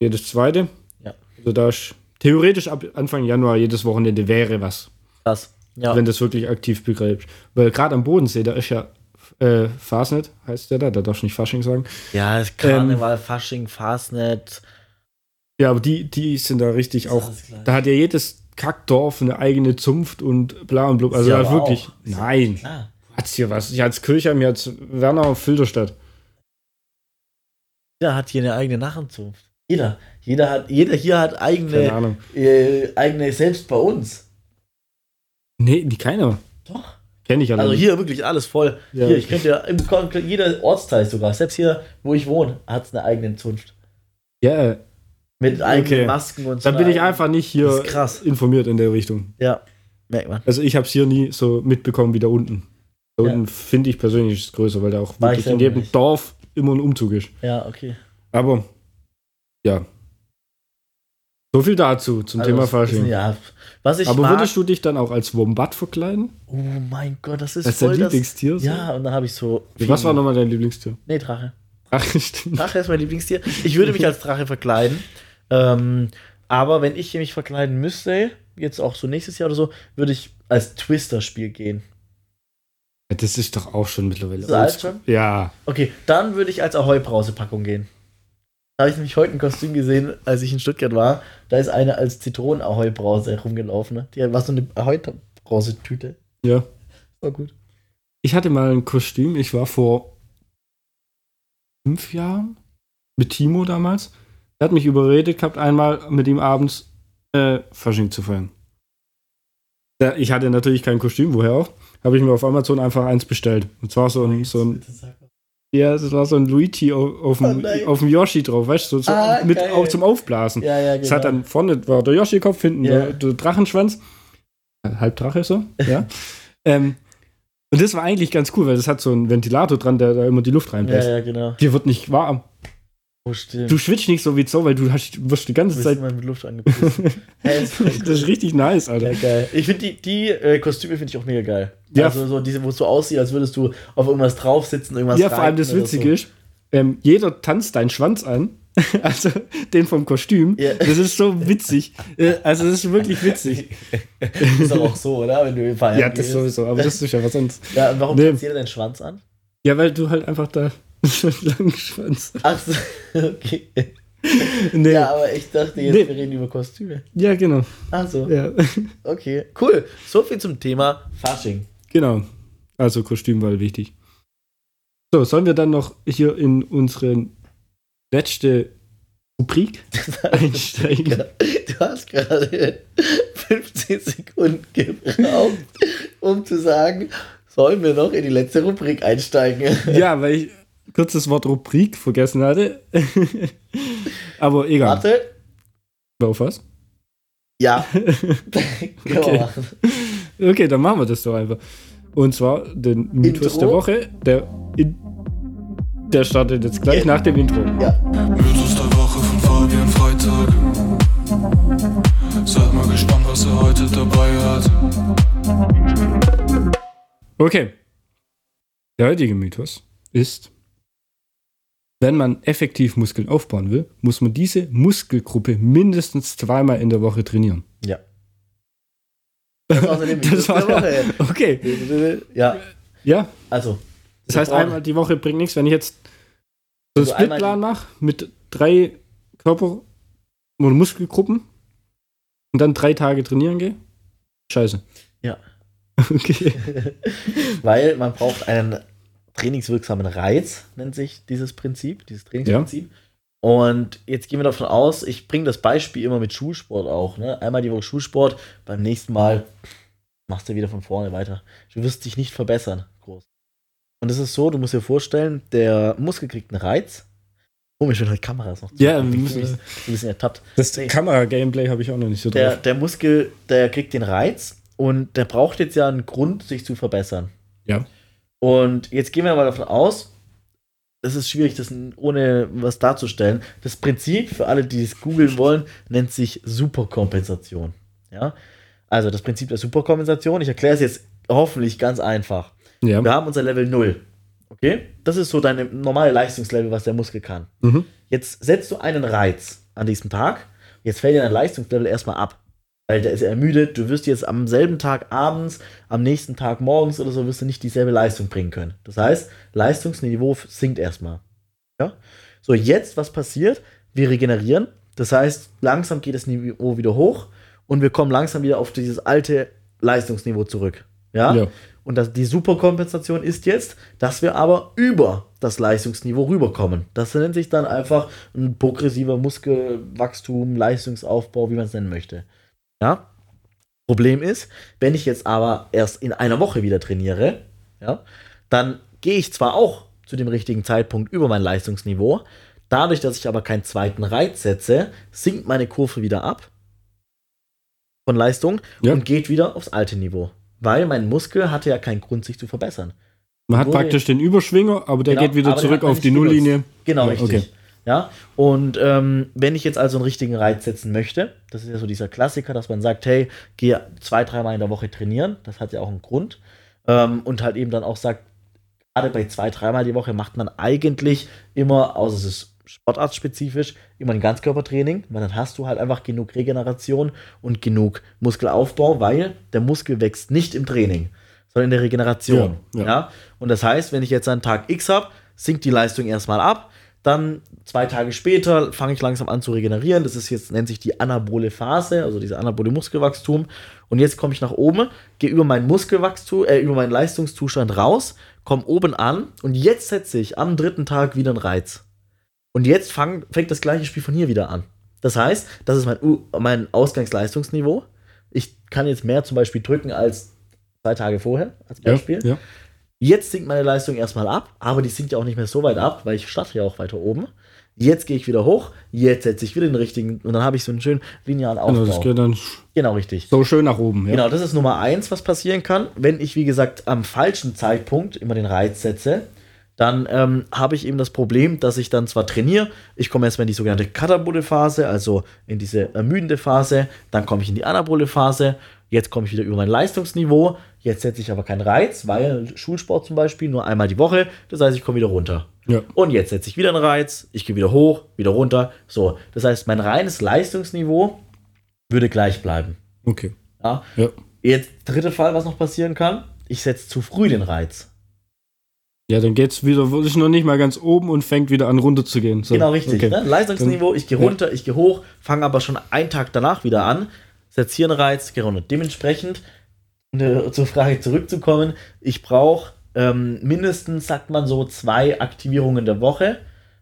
Speaker 3: jedes zweite.
Speaker 2: Ja.
Speaker 3: Also da ist theoretisch ab Anfang Januar jedes Wochenende wäre was
Speaker 2: krass. Ja.
Speaker 3: wenn das wirklich aktiv begräbst. Weil gerade am Bodensee, da ist ja äh, Fasnet, heißt der da, da darfst du nicht Fasching sagen.
Speaker 2: ja, es ist
Speaker 3: ähm,
Speaker 2: Karneval, Fasching, Fastnet.
Speaker 3: Ja, aber die, die sind da richtig
Speaker 2: Ist
Speaker 3: auch.
Speaker 2: alles gleich.
Speaker 3: Da hat ja jedes Kackdorf eine eigene Zunft und bla und blub. Also
Speaker 2: ja
Speaker 3: da
Speaker 2: aber
Speaker 3: wirklich.
Speaker 2: auch. Ist ja
Speaker 3: Nein.
Speaker 2: Klar.
Speaker 3: Hat's hier was. Ich hat's Kirchheim, ich hat's Werner und Filderstadt.
Speaker 2: Jeder hat hier eine eigene Narrenzunft. Jeder. Jeder, hat, jeder hier hat
Speaker 3: Keine
Speaker 2: eigene,
Speaker 3: Ahnung.
Speaker 2: äh, eigene, selbst bei uns.
Speaker 3: Nee, die keiner.
Speaker 2: Doch.
Speaker 3: Kenne ich alle.
Speaker 2: Also
Speaker 3: nicht.
Speaker 2: hier wirklich alles voll.
Speaker 3: Ja.
Speaker 2: Hier, ich könnte ja, im, Kon- jeder Ortsteil sogar, selbst hier, wo ich wohne, hat es eine eigene Zunft.
Speaker 3: Ja,
Speaker 2: Mit eigenen
Speaker 3: Okay.
Speaker 2: Masken und so.
Speaker 3: dann bin ich
Speaker 2: einer
Speaker 3: einfach nicht
Speaker 2: Das
Speaker 3: hier
Speaker 2: ist krass.
Speaker 3: informiert in der Richtung.
Speaker 2: eigenen- Ja, merkt man.
Speaker 3: Also ich hab's hier nie so mitbekommen wie da unten. Da
Speaker 2: Ja.
Speaker 3: unten finde ich persönlich ist es größer, weil da auch
Speaker 2: War ich
Speaker 3: wirklich in
Speaker 2: selber
Speaker 3: jedem
Speaker 2: nicht.
Speaker 3: Dorf immer ein Umzug ist.
Speaker 2: Ja, okay.
Speaker 3: Aber ja. So viel dazu zum
Speaker 2: Also,
Speaker 3: Thema
Speaker 2: es ist-
Speaker 3: Fasching.
Speaker 2: Ja, was ich
Speaker 3: Aber
Speaker 2: mag,
Speaker 3: würdest du dich dann auch als Wombat verkleiden?
Speaker 2: Oh mein Gott, das ist
Speaker 3: Als
Speaker 2: voll
Speaker 3: dein
Speaker 2: das...
Speaker 3: Lieblingstier? so?
Speaker 2: Ja, und dann habe ich so...
Speaker 3: Was war nochmal dein Lieblingstier?
Speaker 2: Nee, Drache.
Speaker 3: Ach, stimmt.
Speaker 2: Drache ist mein Lieblingstier. Ich würde mich als Drache verkleiden. Ähm, aber wenn ich mich verkleiden müsste, jetzt auch so nächstes Jahr oder so, würde ich als Twister-Spiel gehen.
Speaker 3: Ja, Das ist doch auch schon mittlerweile.
Speaker 2: Ist das alt
Speaker 3: oldschool.
Speaker 2: schon?
Speaker 3: Ja.
Speaker 2: Okay, dann würde ich als Ahoi-Brause-Packung gehen. Da habe ich nämlich heute ein Kostüm gesehen, als ich in Stuttgart war. Da ist eine als Zitronen-Ahoi-Brause rumgelaufen. Ne? Die war so eine Ahoi-Brause-Tüte.
Speaker 3: Ja.
Speaker 2: War gut.
Speaker 3: Ich hatte mal ein Kostüm, ich war vor fünf Jahren mit Timo damals. Er hat mich überredet gehabt, einmal mit ihm abends äh, Fasching zu feiern. Ja, ich hatte natürlich kein Kostüm, woher auch. Habe ich mir auf Amazon einfach eins bestellt. Und zwar so ein, so ein, ja, das war so ein Luigi auf, auf,
Speaker 2: Oh
Speaker 3: dem,
Speaker 2: nein.
Speaker 3: auf dem Yoshi drauf, weißt du, so, so
Speaker 2: Ah,
Speaker 3: mit
Speaker 2: geil.
Speaker 3: auch zum Aufblasen.
Speaker 2: Ja, ja, genau.
Speaker 3: Es hat dann vorne war der Yoshi-Kopf, hinten
Speaker 2: Ja.
Speaker 3: der, der Drachenschwanz. Äh, Halbdrache so, ja. ähm, und das war eigentlich ganz cool, weil das hat so einen Ventilator dran, der da immer die Luft
Speaker 2: ja,
Speaker 3: reinbläst.
Speaker 2: ja, genau.
Speaker 3: Dir wird nicht warm.
Speaker 2: Oh, stimmt.
Speaker 3: Du schwitzt nicht so wie so, weil du hast, wirst die ganze
Speaker 2: bist
Speaker 3: Zeit.
Speaker 2: immer mit Luft angepisst. Hey, ist voll
Speaker 3: das ist richtig nice, Alter.
Speaker 2: Ja, geil. Ich finde die, die äh, Kostüme finde ich auch mega geil.
Speaker 3: Ja.
Speaker 2: Also so diese, wo es so aussieht, als würdest du auf irgendwas drauf sitzen, irgendwas
Speaker 3: Ja, vor allem
Speaker 2: reiten
Speaker 3: das
Speaker 2: oder
Speaker 3: Witzige ist, ähm, jeder tanzt deinen Schwanz an. Also den vom Kostüm.
Speaker 2: Ja.
Speaker 3: Das ist so witzig. Äh, Also das ist wirklich witzig.
Speaker 2: So. Ist doch auch so, oder? Wenn du im Feiern
Speaker 3: Ja, das
Speaker 2: gehst.
Speaker 3: sowieso, aber das ist ja was anderes.
Speaker 2: Ja, und warum
Speaker 3: Nee.
Speaker 2: nee. jeder deinen Schwanz an?
Speaker 3: Ja, weil du halt einfach da so einen langen Schwanz.
Speaker 2: Ach so, okay.
Speaker 3: Nee.
Speaker 2: Ja, aber ich dachte jetzt,
Speaker 3: Nee.
Speaker 2: wir reden über Kostüme.
Speaker 3: Ja, genau.
Speaker 2: Ach so,
Speaker 3: Ja.
Speaker 2: okay. Cool. So viel zum Thema Fasching.
Speaker 3: genau. Also Kostümwahl wichtig. So, sollen wir dann noch hier in unsere letzte Rubrik einsteigen?
Speaker 2: Du hast gerade 15 Sekunden gebraucht, um zu sagen, sollen wir noch in die letzte Rubrik einsteigen?
Speaker 3: ja, weil ich kurz das Wort Rubrik vergessen hatte. Aber egal.
Speaker 2: Warte.
Speaker 3: Auf was?
Speaker 2: Ja. Genau. Können wir
Speaker 3: Okay.
Speaker 2: machen.
Speaker 3: Okay, dann machen wir das doch einfach. Und zwar den Mythos
Speaker 2: Intro?
Speaker 3: der Woche. Der, in, der startet jetzt gleich nach dem Intro.
Speaker 1: Mythos der Woche von Fabian Freitag. Seid mal gespannt, was er heute dabei hat.
Speaker 3: Okay. Der heutige Mythos ist, wenn man effektiv Muskeln aufbauen will, muss man diese Muskelgruppe mindestens zweimal in der Woche trainieren.
Speaker 2: Ja. Das war außerdem
Speaker 3: Das war
Speaker 2: der Woche.
Speaker 3: Okay.
Speaker 2: Ja,
Speaker 3: Ja,
Speaker 2: also.
Speaker 3: das heißt,
Speaker 2: wir brauchen-
Speaker 3: einmal die Woche bringt nichts, wenn ich jetzt so einen
Speaker 2: Also einmal
Speaker 3: Splitplan mache mit drei Körper- oder Muskelgruppen und dann drei Tage trainieren gehe. Scheiße.
Speaker 2: Ja.
Speaker 3: Okay.
Speaker 2: Weil man braucht einen trainingswirksamen Reiz, nennt sich dieses Prinzip, dieses Trainingsprinzip. Und jetzt gehen wir davon aus, ich bringe das Beispiel immer mit Schulsport auch. Ne? Einmal die Woche Schulsport, beim nächsten Mal machst du wieder von vorne weiter. Du wirst dich nicht verbessern, groß. Und es ist so, du musst dir vorstellen, der Muskel kriegt einen Reiz Komisch, wenn halt Kameras noch zu.
Speaker 3: Ja,
Speaker 2: ich
Speaker 3: wir
Speaker 2: bin
Speaker 3: müssen-
Speaker 2: so ein bisschen ertappt.
Speaker 3: Das
Speaker 2: Nee.
Speaker 3: Kamera-Gameplay habe ich auch noch nicht so
Speaker 2: Der,
Speaker 3: drauf.
Speaker 2: der Muskel, der kriegt den Reiz und der braucht jetzt ja einen Grund, sich zu verbessern.
Speaker 3: Ja.
Speaker 2: Und jetzt gehen wir mal davon aus, das ist schwierig, das n- ohne was darzustellen. Das Prinzip, für alle, die es googeln wollen, nennt sich Superkompensation. Ja? Also das Prinzip der Superkompensation, ich erkläre es jetzt hoffentlich ganz einfach.
Speaker 3: Ja.
Speaker 2: Wir haben unser Level 0. Okay? Das ist so dein normale Leistungslevel, was der Muskel kann.
Speaker 3: Mhm.
Speaker 2: Jetzt setzt du einen Reiz an diesem Tag. Jetzt fällt dir dein Leistungslevel erstmal ab. Weil der ist ermüdet. Du wirst jetzt am selben Tag abends, am nächsten Tag morgens oder so, wirst du nicht dieselbe Leistung bringen können. Das heißt, Leistungsniveau sinkt erstmal. Ja? So, jetzt, was passiert? Wir regenerieren. Das heißt, langsam geht das Niveau wieder hoch und wir kommen langsam wieder auf dieses alte Leistungsniveau zurück. Ja?
Speaker 3: Ja.
Speaker 2: Und das, die Superkompensation ist jetzt, dass wir aber über das Leistungsniveau rüberkommen. Das nennt sich dann einfach ein progressiver Muskelwachstum, Leistungsaufbau, wie man es nennen möchte. Ja? Problem ist, wenn ich jetzt aber erst in einer Woche wieder trainiere, ja, dann gehe ich zwar auch zu dem richtigen Zeitpunkt über mein Leistungsniveau, dadurch, dass ich aber keinen zweiten Reiz setze, sinkt meine Kurve wieder ab von Leistung
Speaker 3: Ja.
Speaker 2: und geht wieder aufs alte Niveau. Weil mein Muskel hatte ja keinen Grund, sich zu verbessern.
Speaker 3: Man hat
Speaker 2: Wurde-
Speaker 3: praktisch den Überschwinger, aber der
Speaker 2: Genau,
Speaker 3: geht wieder
Speaker 2: aber der hat
Speaker 3: zurück
Speaker 2: man
Speaker 3: auf
Speaker 2: nicht
Speaker 3: die
Speaker 2: genutzt.
Speaker 3: Nulllinie.
Speaker 2: Genau,
Speaker 3: Ja,
Speaker 2: richtig.
Speaker 3: okay.
Speaker 2: Ja, und ähm, wenn ich jetzt also einen richtigen Reiz setzen möchte, das ist ja so dieser Klassiker, dass man sagt, hey, geh zwei, dreimal in der Woche trainieren, das hat ja auch einen Grund. Ähm, und halt eben dann auch sagt, gerade bei zwei, dreimal die Woche macht man eigentlich immer, außer es ist sportartspezifisch, immer ein Ganzkörpertraining, weil dann hast du halt einfach genug Regeneration und genug Muskelaufbau, weil der Muskel wächst nicht im Training, sondern in der Regeneration.
Speaker 3: Ja,
Speaker 2: Ja,
Speaker 3: ja.
Speaker 2: Und das heißt, wenn ich jetzt einen Tag X habe, sinkt die Leistung erstmal ab. Dann zwei Tage später fange ich langsam an zu regenerieren. Das ist jetzt, nennt sich die anabole Phase, also diese anabole Muskelwachstum. Und jetzt komme ich nach oben, gehe über meinen Muskelwachstum, äh, über meinen Leistungszustand raus, komme oben an und jetzt setze ich am dritten Tag wieder einen Reiz. Und jetzt fang, fängt das gleiche Spiel von hier wieder an. Das heißt, das ist mein, U- mein Ausgangsleistungsniveau. Ich kann jetzt mehr zum Beispiel drücken als zwei Tage vorher, als
Speaker 3: Ja,
Speaker 2: Beispiel.
Speaker 3: ja. genau,
Speaker 2: Jetzt sinkt meine Leistung erstmal ab, aber die sinkt ja auch nicht mehr so weit ab, weil ich starte ja auch weiter oben. Jetzt gehe ich wieder hoch, jetzt setze ich wieder den richtigen und dann habe ich so einen schönen linearen
Speaker 3: Genau, das
Speaker 2: Aufbau. Genau,
Speaker 3: geht dann
Speaker 2: richtig.
Speaker 3: so schön nach oben. Ja.
Speaker 2: Genau, das ist Nummer eins, was passieren kann. Wenn ich, wie gesagt, am falschen Zeitpunkt immer den Reiz setze, dann ähm, habe ich eben das Problem, dass ich dann zwar trainiere, ich komme erstmal in die sogenannte katabole Phase, also in diese ermüdende Phase, dann komme ich in die anabole Phase, jetzt komme ich wieder über mein Leistungsniveau, jetzt setze ich aber keinen Reiz, weil Schulsport zum Beispiel nur einmal die Woche, das heißt, ich komme wieder runter.
Speaker 3: Ja.
Speaker 2: Und jetzt setze ich wieder einen Reiz, ich gehe wieder hoch, wieder runter, so. Das heißt, mein reines Leistungsniveau würde gleich bleiben.
Speaker 3: Okay.
Speaker 2: Ja,
Speaker 3: Ja.
Speaker 2: Jetzt dritter Fall, was noch passieren kann. Ich setze zu früh den Reiz.
Speaker 3: ja, dann geht's wieder, ist noch nicht mal ganz oben und fängt wieder an runterzugehen. So.
Speaker 2: Genau richtig.
Speaker 3: Okay.
Speaker 2: Ne? Leistungsniveau, ich gehe
Speaker 3: Ja.
Speaker 2: runter, ich gehe hoch, fange aber schon einen Tag danach wieder an, setze hier einen Reiz, gehe runter. Dementsprechend, ne, zur Frage zurückzukommen, ich brauche ähm, mindestens, sagt man so, zwei Aktivierungen der Woche,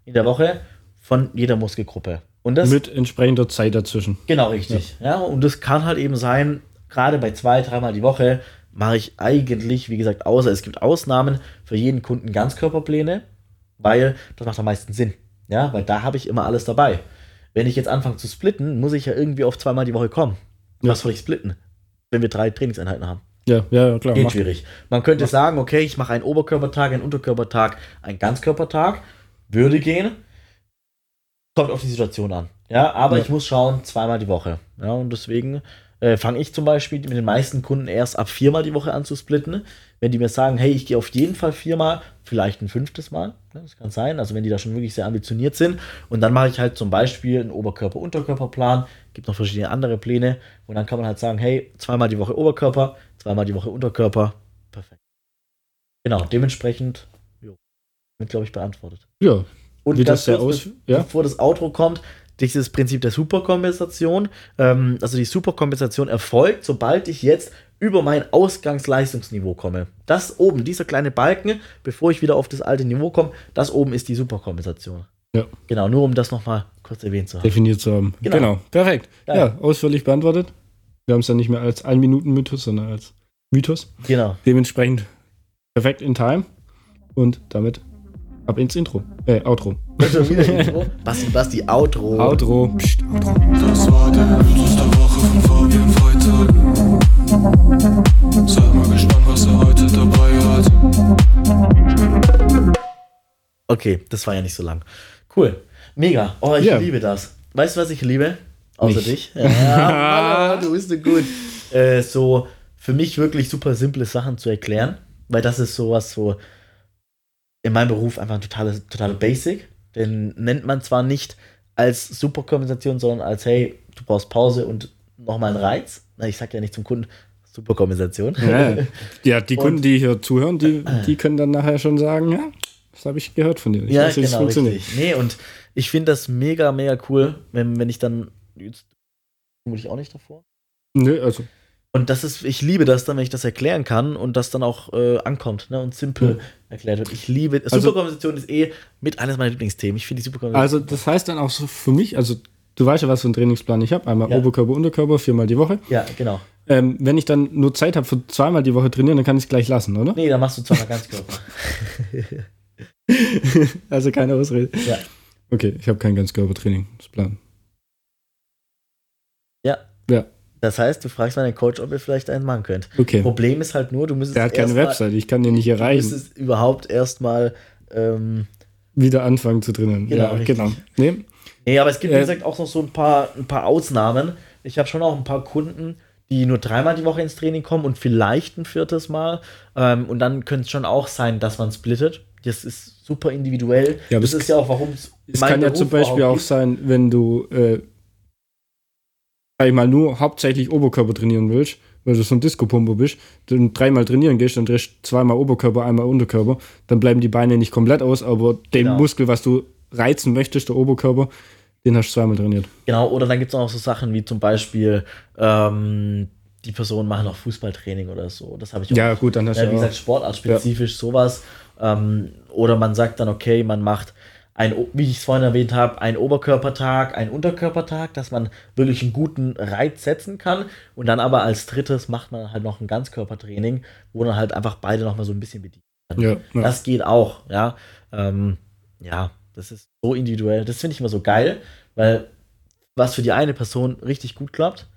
Speaker 2: in der Woche von jeder Muskelgruppe. Und das
Speaker 3: Mit entsprechender Zeit dazwischen.
Speaker 2: Genau, richtig. Ja. und das kann halt eben sein, gerade bei zwei, dreimal die Woche mache ich eigentlich, wie gesagt, außer es gibt Ausnahmen für jeden Kunden Ganzkörperpläne, weil das macht am meisten Sinn. Ja, weil da habe ich immer alles dabei. Wenn ich jetzt anfange zu splitten, muss ich ja irgendwie auf zweimal die Woche kommen.
Speaker 3: Ja.
Speaker 2: Was soll ich splitten, wenn wir drei Trainingseinheiten haben?
Speaker 3: Ja, ja, ja, klar.
Speaker 2: Geht
Speaker 3: macht-
Speaker 2: schwierig. Man könnte sagen, okay, ich mache einen Oberkörpertag, einen Unterkörpertag, einen Ganzkörpertag. Würde gehen. Kommt auf die Situation an. Ja, aber
Speaker 3: Ja.
Speaker 2: ich muss schauen, zweimal die Woche. Ja, und deswegen äh, fange ich zum Beispiel mit den meisten Kunden erst ab viermal die Woche an zu splitten. Wenn die mir sagen, hey, ich gehe auf jeden Fall viermal, vielleicht ein fünftes Mal, ne, das kann sein, also wenn die da schon wirklich sehr ambitioniert sind. Und dann mache ich halt zum Beispiel einen Oberkörper-Unterkörper-Plan, gibt noch verschiedene andere Pläne. Und dann kann man halt sagen, hey, zweimal die Woche Oberkörper, zweimal die Woche Unterkörper. Perfekt. Genau, dementsprechend, jo, wird, glaube ich, beantwortet.
Speaker 3: Ja,
Speaker 2: Und
Speaker 3: wie
Speaker 2: ganz
Speaker 3: das sehr
Speaker 2: kurz,
Speaker 3: aus. Ja,
Speaker 2: bevor das Outro kommt, dieses Prinzip der Superkompensation. Ähm, also die Superkompensation erfolgt, sobald ich jetzt über mein Ausgangsleistungsniveau komme. Das oben, dieser kleine Balken, bevor ich wieder auf das alte Niveau komme, das oben ist die Superkompensation.
Speaker 3: Ja.
Speaker 2: Genau, nur um das nochmal kurz erwähnt zu haben.
Speaker 3: definiert zu haben.
Speaker 2: Genau.
Speaker 3: Genau. Perfekt.
Speaker 2: Geil.
Speaker 3: Ja, ausführlich beantwortet. Wir haben es dann nicht mehr als ein Minuten Mythos, sondern als Mythos.
Speaker 2: Genau.
Speaker 3: Dementsprechend perfekt in Time. Und damit Ab ins Intro. Äh, Outro.
Speaker 2: Schon wieder Intro? Basti, Basti, Outro.
Speaker 3: Outro. Psst, Outro.
Speaker 1: Das war der Mythos der Woche von Fabian Freitag. Seid mal gespannt, was er heute dabei hat.
Speaker 2: Okay, das war ja nicht so lang. Cool. Mega. Oh, ich
Speaker 3: Ja.
Speaker 2: liebe das. Weißt du, was ich liebe? Außer
Speaker 3: Nicht.
Speaker 2: dich. Ja, Mann, du bist so gut. Äh, so für mich wirklich super simple Sachen zu erklären, weil das ist sowas so in meinem Beruf einfach ein totales, totaler
Speaker 3: Mhm.
Speaker 2: Basic. Den nennt man zwar nicht als Superkompensation, sondern als, hey, du brauchst Pause und nochmal einen Reiz. Na, ich sag ja nicht zum Kunden Superkompensation.
Speaker 3: Ja, ja die
Speaker 2: Und-
Speaker 3: Kunden, die hier zuhören, die, die können dann nachher schon sagen, ja, das habe ich gehört von dir. Ich
Speaker 2: ja,
Speaker 3: weiß, wie das
Speaker 2: genau, richtig. Nee, und ich finde das mega, mega cool, wenn, wenn ich dann. Jetzt vermute ich auch nicht davor.
Speaker 3: Nö, also,
Speaker 2: Und das ist, ich liebe das dann, wenn ich das erklären kann und das dann auch äh, ankommt ne, und simpel erklärt wird. Ich liebe,
Speaker 3: Also-
Speaker 2: Superkonversation ist eh mit eines meiner Lieblingsthemen. Ich finde die Superkonversation.
Speaker 3: also das heißt dann auch so für mich, also du weißt ja, was für einen Trainingsplan ich habe. Einmal
Speaker 2: Ja.
Speaker 3: Oberkörper, Unterkörper, viermal die Woche.
Speaker 2: ja, genau.
Speaker 3: Ähm, wenn ich dann nur Zeit habe für zweimal die Woche trainieren, dann kann ich es gleich lassen, oder?
Speaker 2: Nee, da machst du zweimal ganz Körper.
Speaker 3: Also keine Ausrede.
Speaker 2: Ja.
Speaker 3: Okay, ich habe kein Ganzkörpertrainingsplan.
Speaker 2: Das heißt, du fragst meinen Coach, ob ihr vielleicht einen machen könnt.
Speaker 3: Okay.
Speaker 2: Problem ist halt nur, du müsstest.
Speaker 3: Der hat keine
Speaker 2: erst mal-
Speaker 3: Website, ich kann den nicht
Speaker 2: Du
Speaker 3: erreichen.
Speaker 2: müsstest überhaupt erstmal. Ähm,
Speaker 3: Wieder anfangen zu trainieren.
Speaker 2: Genau,
Speaker 3: ja,
Speaker 2: richtig.
Speaker 3: genau. Nee,
Speaker 2: Nee, aber es gibt,
Speaker 3: Äh,
Speaker 2: wie gesagt, auch noch so ein paar, ein paar Ausnahmen. Ich habe schon auch ein paar Kunden, die nur dreimal die Woche ins Training kommen und vielleicht ein viertes Mal. Ähm, und dann könnte es schon auch sein, dass man splittet. Das ist super individuell.
Speaker 3: Ja, aber
Speaker 2: das
Speaker 3: es-
Speaker 2: ist ja auch, warum es
Speaker 3: Es
Speaker 2: meinen
Speaker 3: kann ja
Speaker 2: Beruf
Speaker 3: zum Beispiel auch
Speaker 2: überhaupt
Speaker 3: sein, wenn du, äh, sag ich mal, nur hauptsächlich Oberkörper trainieren willst, weil du so ein Disco-Pumper bist, dann dreimal trainieren gehst, dann drehst zweimal Oberkörper, einmal Unterkörper, dann bleiben die Beine nicht komplett aus, aber den
Speaker 2: Genau.
Speaker 3: Muskel, was du reizen möchtest, der Oberkörper, den hast du zweimal trainiert.
Speaker 2: gibt. Genau, oder dann gibt es auch noch so Sachen wie zum Beispiel, ähm, die Personen machen auch Fußballtraining oder so. Das habe ich auch
Speaker 3: Ja, gut, dann hast
Speaker 2: Ja,
Speaker 3: du
Speaker 2: wie
Speaker 3: ja
Speaker 2: gesagt,
Speaker 3: auch.
Speaker 2: sportartspezifisch sowas. Ähm, oder man sagt dann, okay, man macht ein, O- wie ich es vorhin erwähnt habe, einen Oberkörpertag, einen Unterkörpertag, dass man wirklich einen guten Reiz setzen kann. Und dann aber als drittes macht man halt noch ein Ganzkörpertraining, wo dann halt einfach beide nochmal so ein bisschen bedient.
Speaker 3: Ja, ja.
Speaker 2: Das geht auch, ja. Ähm, ja, das ist so individuell. Das finde ich immer so geil, weil was für die eine Person richtig gut klappt,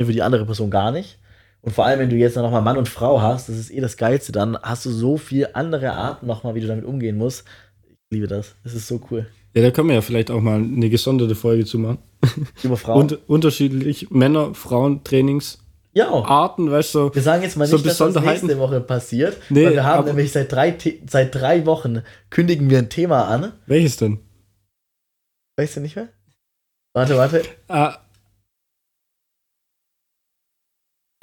Speaker 2: für die andere Person gar nicht. Und vor allem, wenn du jetzt dann nochmal Mann und Frau hast, das ist eh das Geilste, dann hast du so viel andere Arten nochmal, wie du damit umgehen musst. Ich liebe das. Das ist so cool.
Speaker 3: ja, da können wir ja vielleicht auch mal eine gesonderte Folge zu machen.
Speaker 2: Über Frauen.
Speaker 3: Und unterschiedlich Männer, Frauen, Trainingsarten,
Speaker 2: ja.
Speaker 3: weißt du.
Speaker 2: Wir sagen jetzt mal
Speaker 3: So
Speaker 2: nicht, dass das
Speaker 3: Besonderheiten-
Speaker 2: nächste Woche passiert.
Speaker 3: Nee,
Speaker 2: weil wir haben
Speaker 3: aber-
Speaker 2: nämlich seit drei, The- seit drei Wochen kündigen wir ein Thema an.
Speaker 3: Welches denn?
Speaker 2: Weißt du nicht mehr? Warte, warte.
Speaker 3: Ah.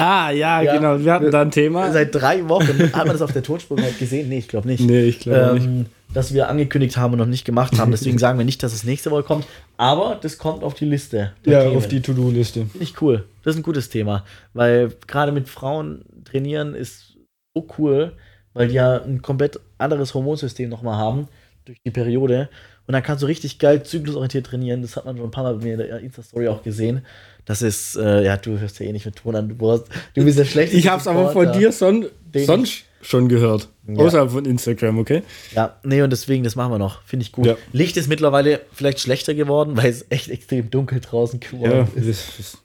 Speaker 3: Ah, ja,
Speaker 2: Ja.
Speaker 3: genau. Wir hatten da ein Thema.
Speaker 2: Seit drei Wochen hat man das auf der Tonspur halt gesehen. Nee, ich glaube nicht.
Speaker 3: nee, ich glaube nicht.
Speaker 2: ähm, dass wir angekündigt haben und noch nicht gemacht haben. Deswegen sagen wir nicht, dass es nächste Woche kommt. Aber das kommt auf die Liste. der
Speaker 3: Ja,
Speaker 2: Themen.
Speaker 3: auf die To-Do-Liste.
Speaker 2: Finde ich cool. Das ist ein gutes Thema. Weil gerade mit Frauen trainieren ist so cool, weil die ja ein komplett anderes Hormonsystem nochmal haben durch die Periode. Und dann kannst du richtig geil zyklusorientiert trainieren. Das hat man schon ein paar Mal bei mir in der Insta-Story auch gesehen. Das ist, äh, ja, du hörst ja eh nicht mit Ton an. Du, hast, du bist ja schlecht.
Speaker 3: Ich hab's aber von dir son
Speaker 2: Den
Speaker 3: sonst schon gehört. Außerhalb von Instagram, okay?
Speaker 2: Ja, nee, und deswegen, das machen wir noch. Finde ich gut.
Speaker 3: Ja.
Speaker 2: Licht ist mittlerweile vielleicht schlechter geworden, weil es echt extrem dunkel draußen
Speaker 3: Ja,
Speaker 2: geworden ist.
Speaker 3: das, das,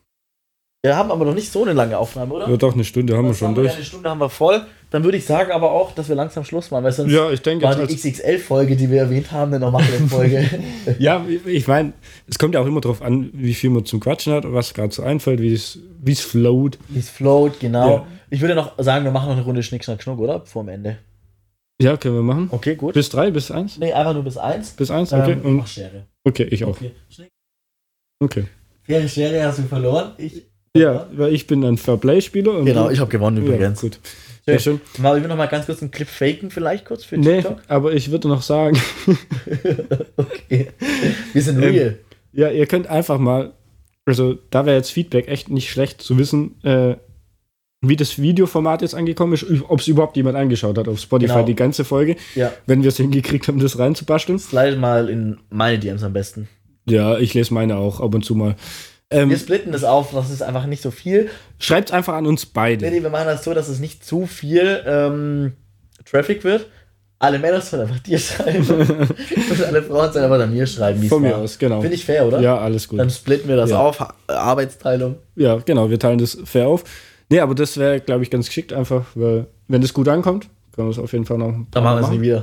Speaker 2: Wir haben aber noch nicht so eine lange Aufnahme, oder?
Speaker 3: ja, doch, eine Stunde haben wir
Speaker 2: Was
Speaker 3: schon
Speaker 2: haben
Speaker 3: durch.
Speaker 2: ja, Eine Stunde haben wir voll. Dann würde ich sagen aber auch, dass wir langsam Schluss machen, weil sonst
Speaker 3: Ja, ich denke
Speaker 2: war
Speaker 3: jetzt.
Speaker 2: die
Speaker 3: Als,
Speaker 2: XXL-Folge, die wir erwähnt haben, eine normale Folge.
Speaker 3: ja, ich meine, es kommt ja auch immer drauf an, wie viel man zum Quatschen hat, was gerade so einfällt, wie es wie es float.
Speaker 2: Dies float, genau.
Speaker 3: Ja.
Speaker 2: Ich würde noch sagen, wir machen noch eine Runde Schnick, Schnack, Schnuck, oder? Vorm Ende.
Speaker 3: Ja, können wir machen.
Speaker 2: Okay, gut.
Speaker 3: Bis drei, bis eins?
Speaker 2: Nee, einfach nur bis eins.
Speaker 3: Bis eins, okay.
Speaker 2: Ähm, mach
Speaker 3: Und,
Speaker 2: Schere.
Speaker 3: okay, ich auch.
Speaker 2: Okay. Schnick.
Speaker 3: Okay.
Speaker 2: Faire Schere hast du verloren. Ich.
Speaker 3: Ja, weil ich bin ein Fairplay-Spieler. und
Speaker 2: Genau,
Speaker 3: du-
Speaker 2: ich habe gewonnen
Speaker 3: Ja,
Speaker 2: übrigens.
Speaker 3: gut. Sehr schön.
Speaker 2: Mal, ich will noch mal ganz kurz einen Clip faken, vielleicht kurz für
Speaker 3: Nee,
Speaker 2: TikTok.
Speaker 3: aber ich würde noch sagen,
Speaker 2: Okay. Wir sind
Speaker 3: Ähm.
Speaker 2: real.
Speaker 3: ja, ihr könnt einfach mal, also da wäre jetzt Feedback echt nicht schlecht zu wissen, äh, wie das Videoformat jetzt angekommen ist, ob es überhaupt jemand angeschaut hat auf Spotify,
Speaker 2: Genau.
Speaker 3: die ganze Folge,
Speaker 2: Ja.
Speaker 3: wenn wir es hingekriegt haben, das reinzubasteln.
Speaker 2: Slide mal in meine DMs am besten.
Speaker 3: Ja, ich lese meine auch ab und zu mal. Ähm,
Speaker 2: Wir splitten das auf, das ist einfach nicht so viel.
Speaker 3: Schreibt einfach an uns
Speaker 2: Nee,
Speaker 3: beide.
Speaker 2: nee, wir machen das so, dass es nicht zu viel ähm, Traffic wird, alle Männer sollen einfach dir schreiben und alle Frauen sollen einfach an mir schreiben.
Speaker 3: Von mir
Speaker 2: diesmal.
Speaker 3: aus, genau.
Speaker 2: Finde ich fair, oder?
Speaker 3: Ja, alles gut.
Speaker 2: Dann splitten wir das
Speaker 3: Ja.
Speaker 2: auf, Ha- Arbeitsteilung.
Speaker 3: Ja, genau, wir teilen das fair auf. Nee, aber das wäre, glaube ich, ganz geschickt einfach, weil wenn das gut ankommt, können wir es auf jeden Fall noch ein
Speaker 2: Dann
Speaker 3: paar
Speaker 2: machen wir es nie wieder.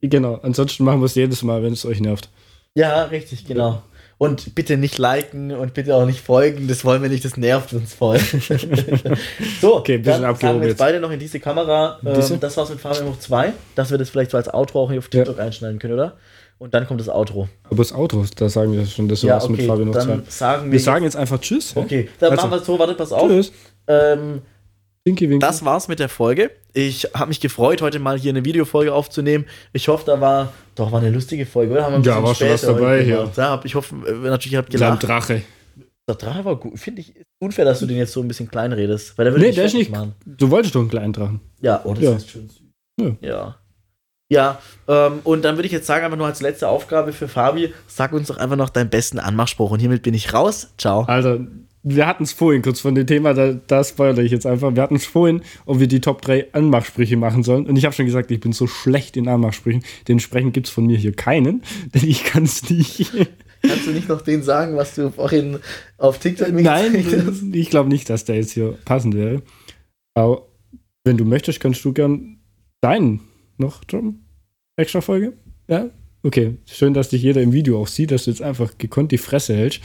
Speaker 3: machen. Genau, ansonsten machen wir es jedes Mal, wenn es euch nervt.
Speaker 2: Ja, richtig, genau. Und bitte nicht liken und bitte auch nicht folgen, das wollen wir nicht, das nervt uns voll. so,
Speaker 3: Okay, ein bisschen
Speaker 2: dann
Speaker 3: abgehoben
Speaker 2: sagen wir jetzt
Speaker 3: jetzt.
Speaker 2: beide noch in diese Kamera. Ähm,
Speaker 3: Diese?
Speaker 2: Das war's mit Fabian hoch 2, dass wir das vielleicht so als Outro auch hier auf
Speaker 3: Ja.
Speaker 2: TikTok einschneiden können, oder? Und dann kommt das Outro.
Speaker 3: Aber das Outro, da sagen wir schon, das war's mit Fabian noch zwei.
Speaker 2: dann sagen wir,
Speaker 3: Wir sagen jetzt einfach Tschüss. hä?
Speaker 2: Okay, dann
Speaker 3: Also,
Speaker 2: machen wir es so, warte, pass auf.
Speaker 3: Tschüss.
Speaker 2: Ähm,
Speaker 3: Winky, winky.
Speaker 2: das war's mit der Folge. Ich habe mich gefreut, heute mal hier eine Videofolge aufzunehmen. Ich hoffe, da war doch war eine lustige Folge, oder? Haben wir ein
Speaker 3: Ja,
Speaker 2: bisschen
Speaker 3: war schon
Speaker 2: später
Speaker 3: was dabei
Speaker 2: heute
Speaker 3: hier.
Speaker 2: gemacht. Ja, hab, ich hoffe, äh, natürlich ihr habt
Speaker 3: Sein
Speaker 2: gelacht.
Speaker 3: Drache.
Speaker 2: Der Drache war gut. Finde ich ist unfair, dass du den jetzt so ein bisschen klein redest. Weil der würde
Speaker 3: Nee,
Speaker 2: mich
Speaker 3: der ist
Speaker 2: fertig
Speaker 3: nicht. Du wolltest doch einen kleinen Drachen.
Speaker 2: Ja, oh, das
Speaker 3: Ja.
Speaker 2: ist schön süß. Ja. Ja, ähm, und dann würde ich jetzt sagen, einfach nur als letzte Aufgabe für Fabi, sag uns doch einfach noch deinen besten Anmachspruch. Und hiermit bin ich raus. Ciao.
Speaker 3: Also, wir hatten es vorhin kurz von dem Thema, da, da spoilere ich jetzt einfach. Wir hatten es vorhin, ob wir die Top 3 Anmachsprüche machen sollen. Und ich habe schon gesagt, ich bin so schlecht in Anmachsprüchen. Dementsprechend gibt es von mir hier keinen, denn ich kann es nicht.
Speaker 2: Kannst du nicht noch den sagen, was du vorhin auf TikTok mir gezeigt hast?
Speaker 3: Nein, ich glaube nicht, dass der jetzt hier passend wäre. Aber wenn du möchtest, kannst du gern deinen noch droppen. Extra Folge? Ja? Okay. Schön, dass dich jeder im Video auch sieht, dass du jetzt einfach gekonnt die Fresse hältst.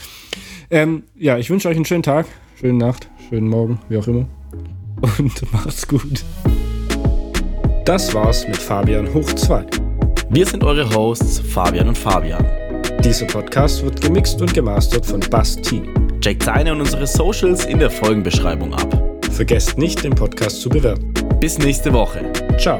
Speaker 3: Ähm, ja, ich wünsche euch einen schönen Tag, schöne Nacht, schönen Morgen, wie auch immer. Und macht's gut. Das war's mit Fabian Hoch 2.
Speaker 2: Wir sind eure Hosts, Fabian und Fabian.
Speaker 3: Dieser Podcast wird gemixt und gemastert von Bastini.
Speaker 2: Checkt seine und unsere Socials in der Folgenbeschreibung ab.
Speaker 3: Vergesst nicht, den Podcast zu bewerten.
Speaker 2: Bis nächste Woche.
Speaker 3: Ciao.